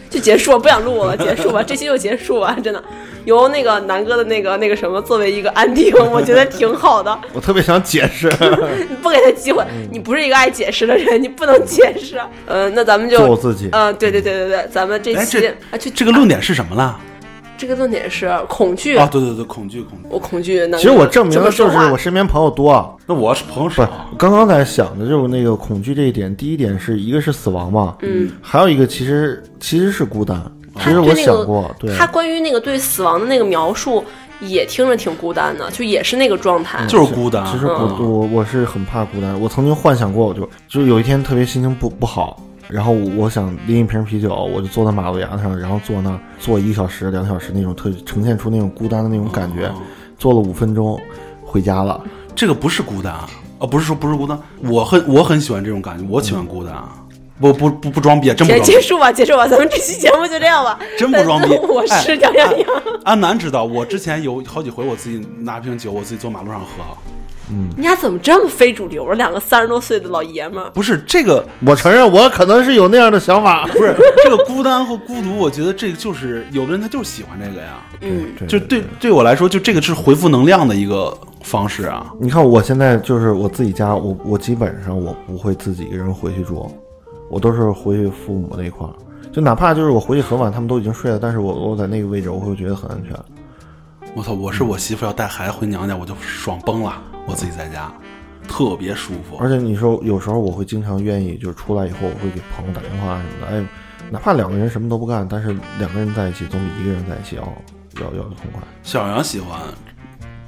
就结束吧，不想录了，结束吧，这期就结束吧，真的。由那个南哥的那个那个什么作为一个安定，我觉得挺好 的。我特别想解释，嗯你不给他机会，你不是一个爱解释的人，你不能解释。呃，那咱们就做我自己呃，对对对对对，咱们这哎，期这啊，就这个论点是什么了？这个论点是恐惧啊，，对对对，恐惧恐惧。我恐惧南哥 哦其实我证明这的么就说是话我身边朋友多。那我是朋友不是少，，刚刚在想的就是那个恐惧这一点。第一点是一个是死亡嘛，嗯，哦还有一个其实其实是孤单。其实他我对那想个过，对，他关于那个对死亡的那个描述，也听着挺孤单的，就也哎是那个状态。就是孤单。其实我嗯我我是很怕孤单。我曾经幻想过，我就就是有一天特别心情不不好，然后我我想拎一瓶啤酒，我就坐在马路牙子上，然后坐那儿坐一个小时、两小时那种特呈现出那种孤单的那种感觉， 坐了五分钟回家了。哦这个不是孤单啊，啊不是说不是孤单，我很我很喜欢这种感觉，我喜欢孤单啊。不不不不装逼，结真不装逼结，束吧，结束吧，咱们这期节目就这样吧。。真不装逼 我是哎杨洋洋。安南知道，我之前有好几回我自己拿瓶酒，我自己坐马路上喝。你俩怎么这么非主流？啊两个三十多岁的老爷们儿，不是这个，我承认我可能是有那样的想法。不是这个孤单和孤独，我觉得这个就是有的人他就是喜欢这个呀。嗯，对就对对我来说，就这个是回复能量的一个方式啊。你看我现在就是我自己家，我我基本上我不会自己一个人回去住，我都是回去父母那块儿。就哪怕就是我回去很晚，他们都已经睡了，但是我我在那个位置，我会觉得很安全。我操，我是我媳妇要带孩子回娘家，我就爽崩了，我自己在家特别舒服而。且你说有时候我会经常愿意，就是出来以后我会给朋友打电话什么的，哎，哪怕两个人什么都不干，但是两个人在一起总比一个人在一起要要要痛快。小杨喜欢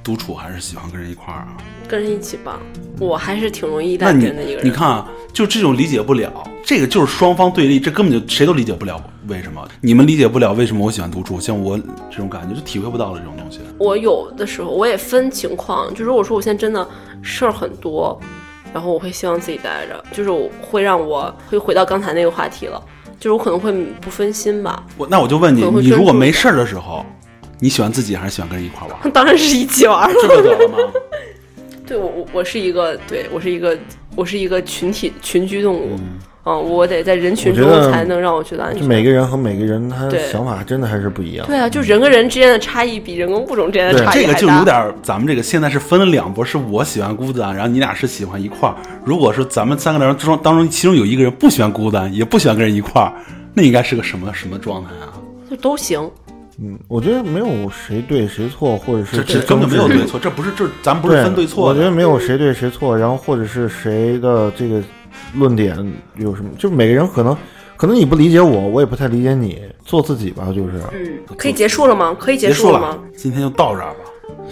独处还是喜欢跟人一块儿啊？跟人一起吧，我还是挺容易依赖那别人你的一个人。你看啊，就这种理解不了，这个就是双方对立，这根本就谁都理解不了。为什么你们理解不了？为什么我喜欢独处？像我这种感觉就体会不到了这种东西。我有的时候我也分情况，就如果说我现在真的事儿很多，然后我会希望自己待着，就是我会让我会回到刚才那个话题了，就是我可能会不分心吧。 我那我就问你我，会你如果专注没事儿的时候，你喜欢自己还是喜欢跟人一块儿玩？ 当然是一起玩儿了。这不得了吗？对我我我是一个，对我是一个，我是一个群体群居动物。嗯我得在人群中我觉得才能让我觉得安就全。每个人和每个人他对想法真的还是不一样。对啊，就人跟人之间的差异比人跟物种之间的对差异这个还就大有点儿，咱们这个现在是分了两波，是我喜欢孤单，然后你俩是喜欢一块儿。如果是咱们三个人之中当中，其中有一个人不喜欢孤单，也不喜欢跟人一块儿，那应该是个什么什么状态啊？就都行。嗯，我觉得没有谁对谁错，或者这是这去根本没有争执对错，这不是这咱不是分对错我觉得的。没有谁对谁错，然后或者是谁的这个论点有什么，就每个人可能可能你不理解我，我也不太理解你，做自己吧，就是。嗯，可以结束了吗？可以结结束束了吗？，今天就到这儿吧。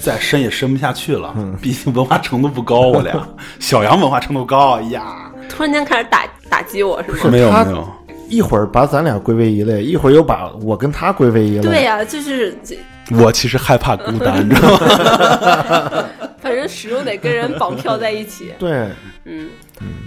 再深也深不下去了，毕竟文化程度不高，我 俩小杨文化程度高哎呀，突然间开始打打击我是吗？是没有他没有，一会儿把咱俩归为一类，一会儿又把我跟他归为一类。。对呀、就是我其实害怕孤单，你知道吗？反正始终得跟人绑票在一起对，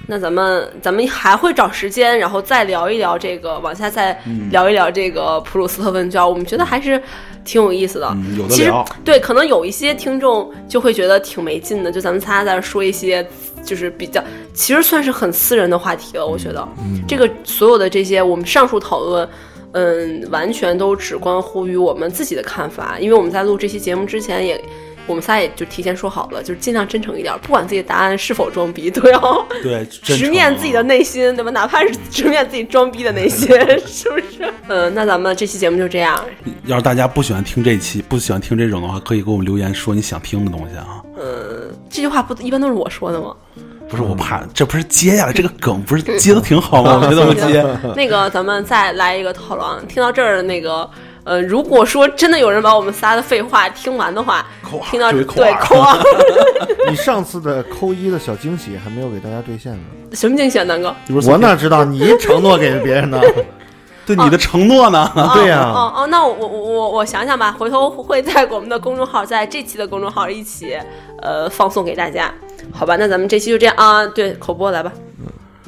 那咱们咱们还会找时间，然后再聊一聊这个，往下再嗯聊一聊这个普鲁斯特问卷，我们觉得还是挺有意思的。嗯有的其实聊对，可能有一些听众就会觉得挺没劲的，就咱们仨在这说一些就是比较，其实算是很私人的话题了。我觉得、嗯这个所有的这些我们上述讨论。嗯，完全都只关乎于我们自己的看法，因为我们在录这期节目之前也，我们仨也就提前说好了，就是尽量真诚一点，不管自己的答案是否装逼，都要 对，真直诚面啊自己的内心，对吧？哪怕是直面自己装逼的内 心，是不是？嗯，那咱们这期节目就这样。要是大家不喜欢听这期，不喜欢听这种的话，可以给我们留言说你想听的东西啊。这句话不一般都是我说的吗？不是我怕，这不是接下来这个梗，不是 接的挺好吗？我觉得我啊 接，那个，咱们再来一个讨论。听到这儿，那个，呃，如果说真的有人把我们仨的废话听完的话扣，二听到这对位扣二扣 二，你上次的扣一的小惊喜还没有给大家兑现呢，什么惊喜啊，南哥？我哪知道你承诺给别人呢？对你的承诺呢？ 对呀、 哦哦，那我我我我想想吧，回头会在我们的公众号，在这期的公众号一起，呃，放送给大家，好吧？那咱们这期就这样啊，对，口播来吧。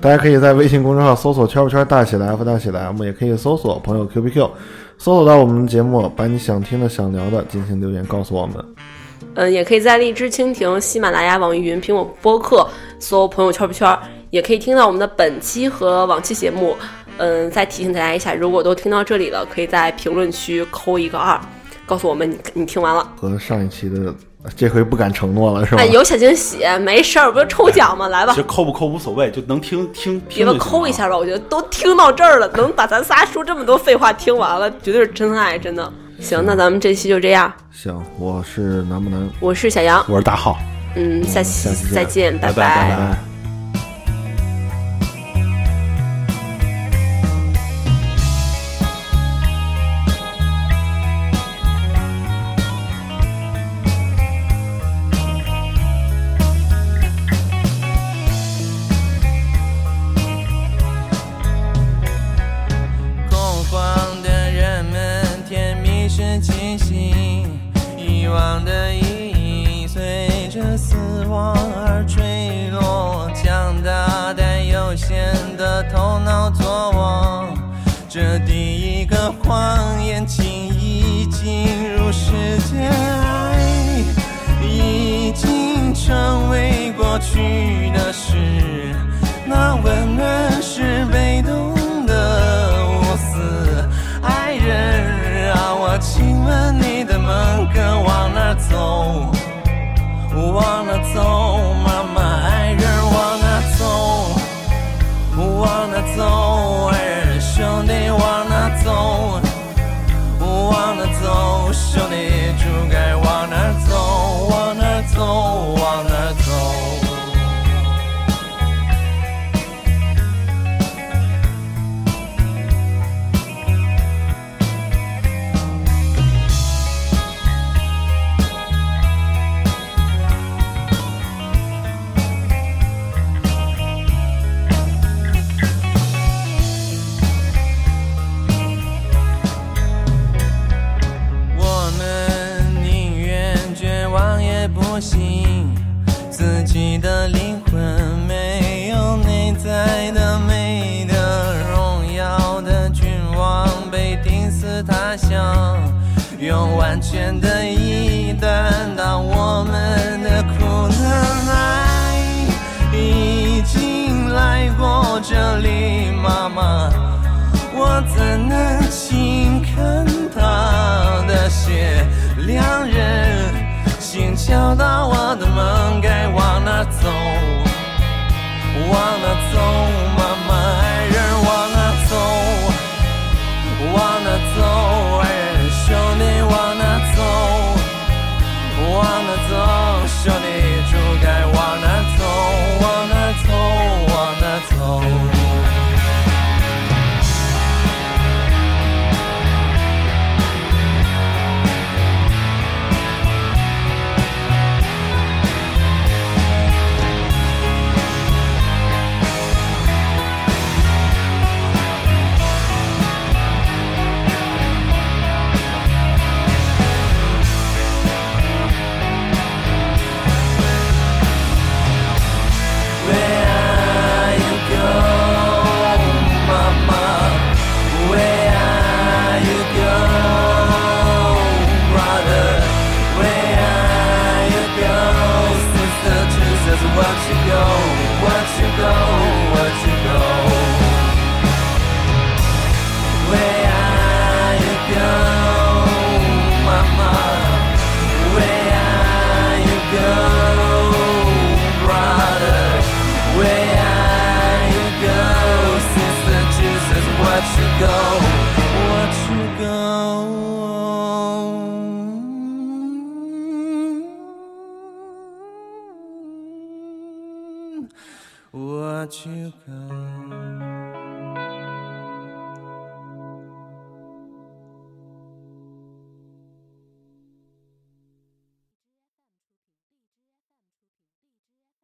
大家可以在微信公众号搜索“圈不圈大起来 F 大起来”，我们也可以搜索“朋友 Q B Q”，搜索到我们节目，把你想听的、想聊的进行留言告诉我们。嗯，也可以在荔枝、蜻蜓、喜马拉雅、网易云、苹果播客搜“朋友圈不圈”，也可以听到我们的本期和往期节目。嗯，再提醒大家一下，如果都听到这里了，可以在评论区扣一个二，告诉我们你你听完了。和上一期的，这回不敢承诺了是吧？哎，有小惊喜，没事儿，不是抽奖吗？来吧其实，扣不扣无所谓，就能听听你听就们行了扣一下吧。我觉得都听到这儿了，能把咱仨说这么多废话听完了，绝对是真爱，真的。行，那咱们这期就这样。行，我是南不南，我是小杨，我是大浩，嗯，下期下期见再见，拜拜拜。恐慌的人们，甜蜜是清醒，遗忘的意义随着死亡而坠落，强大但有限的头脑作过去的事，那温暖是被动的无私。爱人啊，我亲吻你的门可往哪儿走？往哪儿走，妈妈，爱人往哪儿走？往哪走，爱人兄弟往哪走？往哪走，兄弟就该往哪走，往哪走，往哪走。我们宁愿绝望也不信自己的灵魂没有内在的美的荣耀的君王被钉死他乡，用完全的意义担当我们的苦难。爱已经来过这里，妈妈。我怎能轻看他的鞋？两人心敲打我的门，该往哪走？往哪走，妈妈？爱人往哪走？往哪走？爱人，兄弟往哪走？往哪走？兄弟就该往哪走？往哪走？往哪走？Where you go, mama? Where you go, brother? Where you go, sister? Jesus, where you go? Where you go? Where you go? Where you go, mama? Where you go, brother? Where you go, sister? Jesus, what you go? What you go? What you go?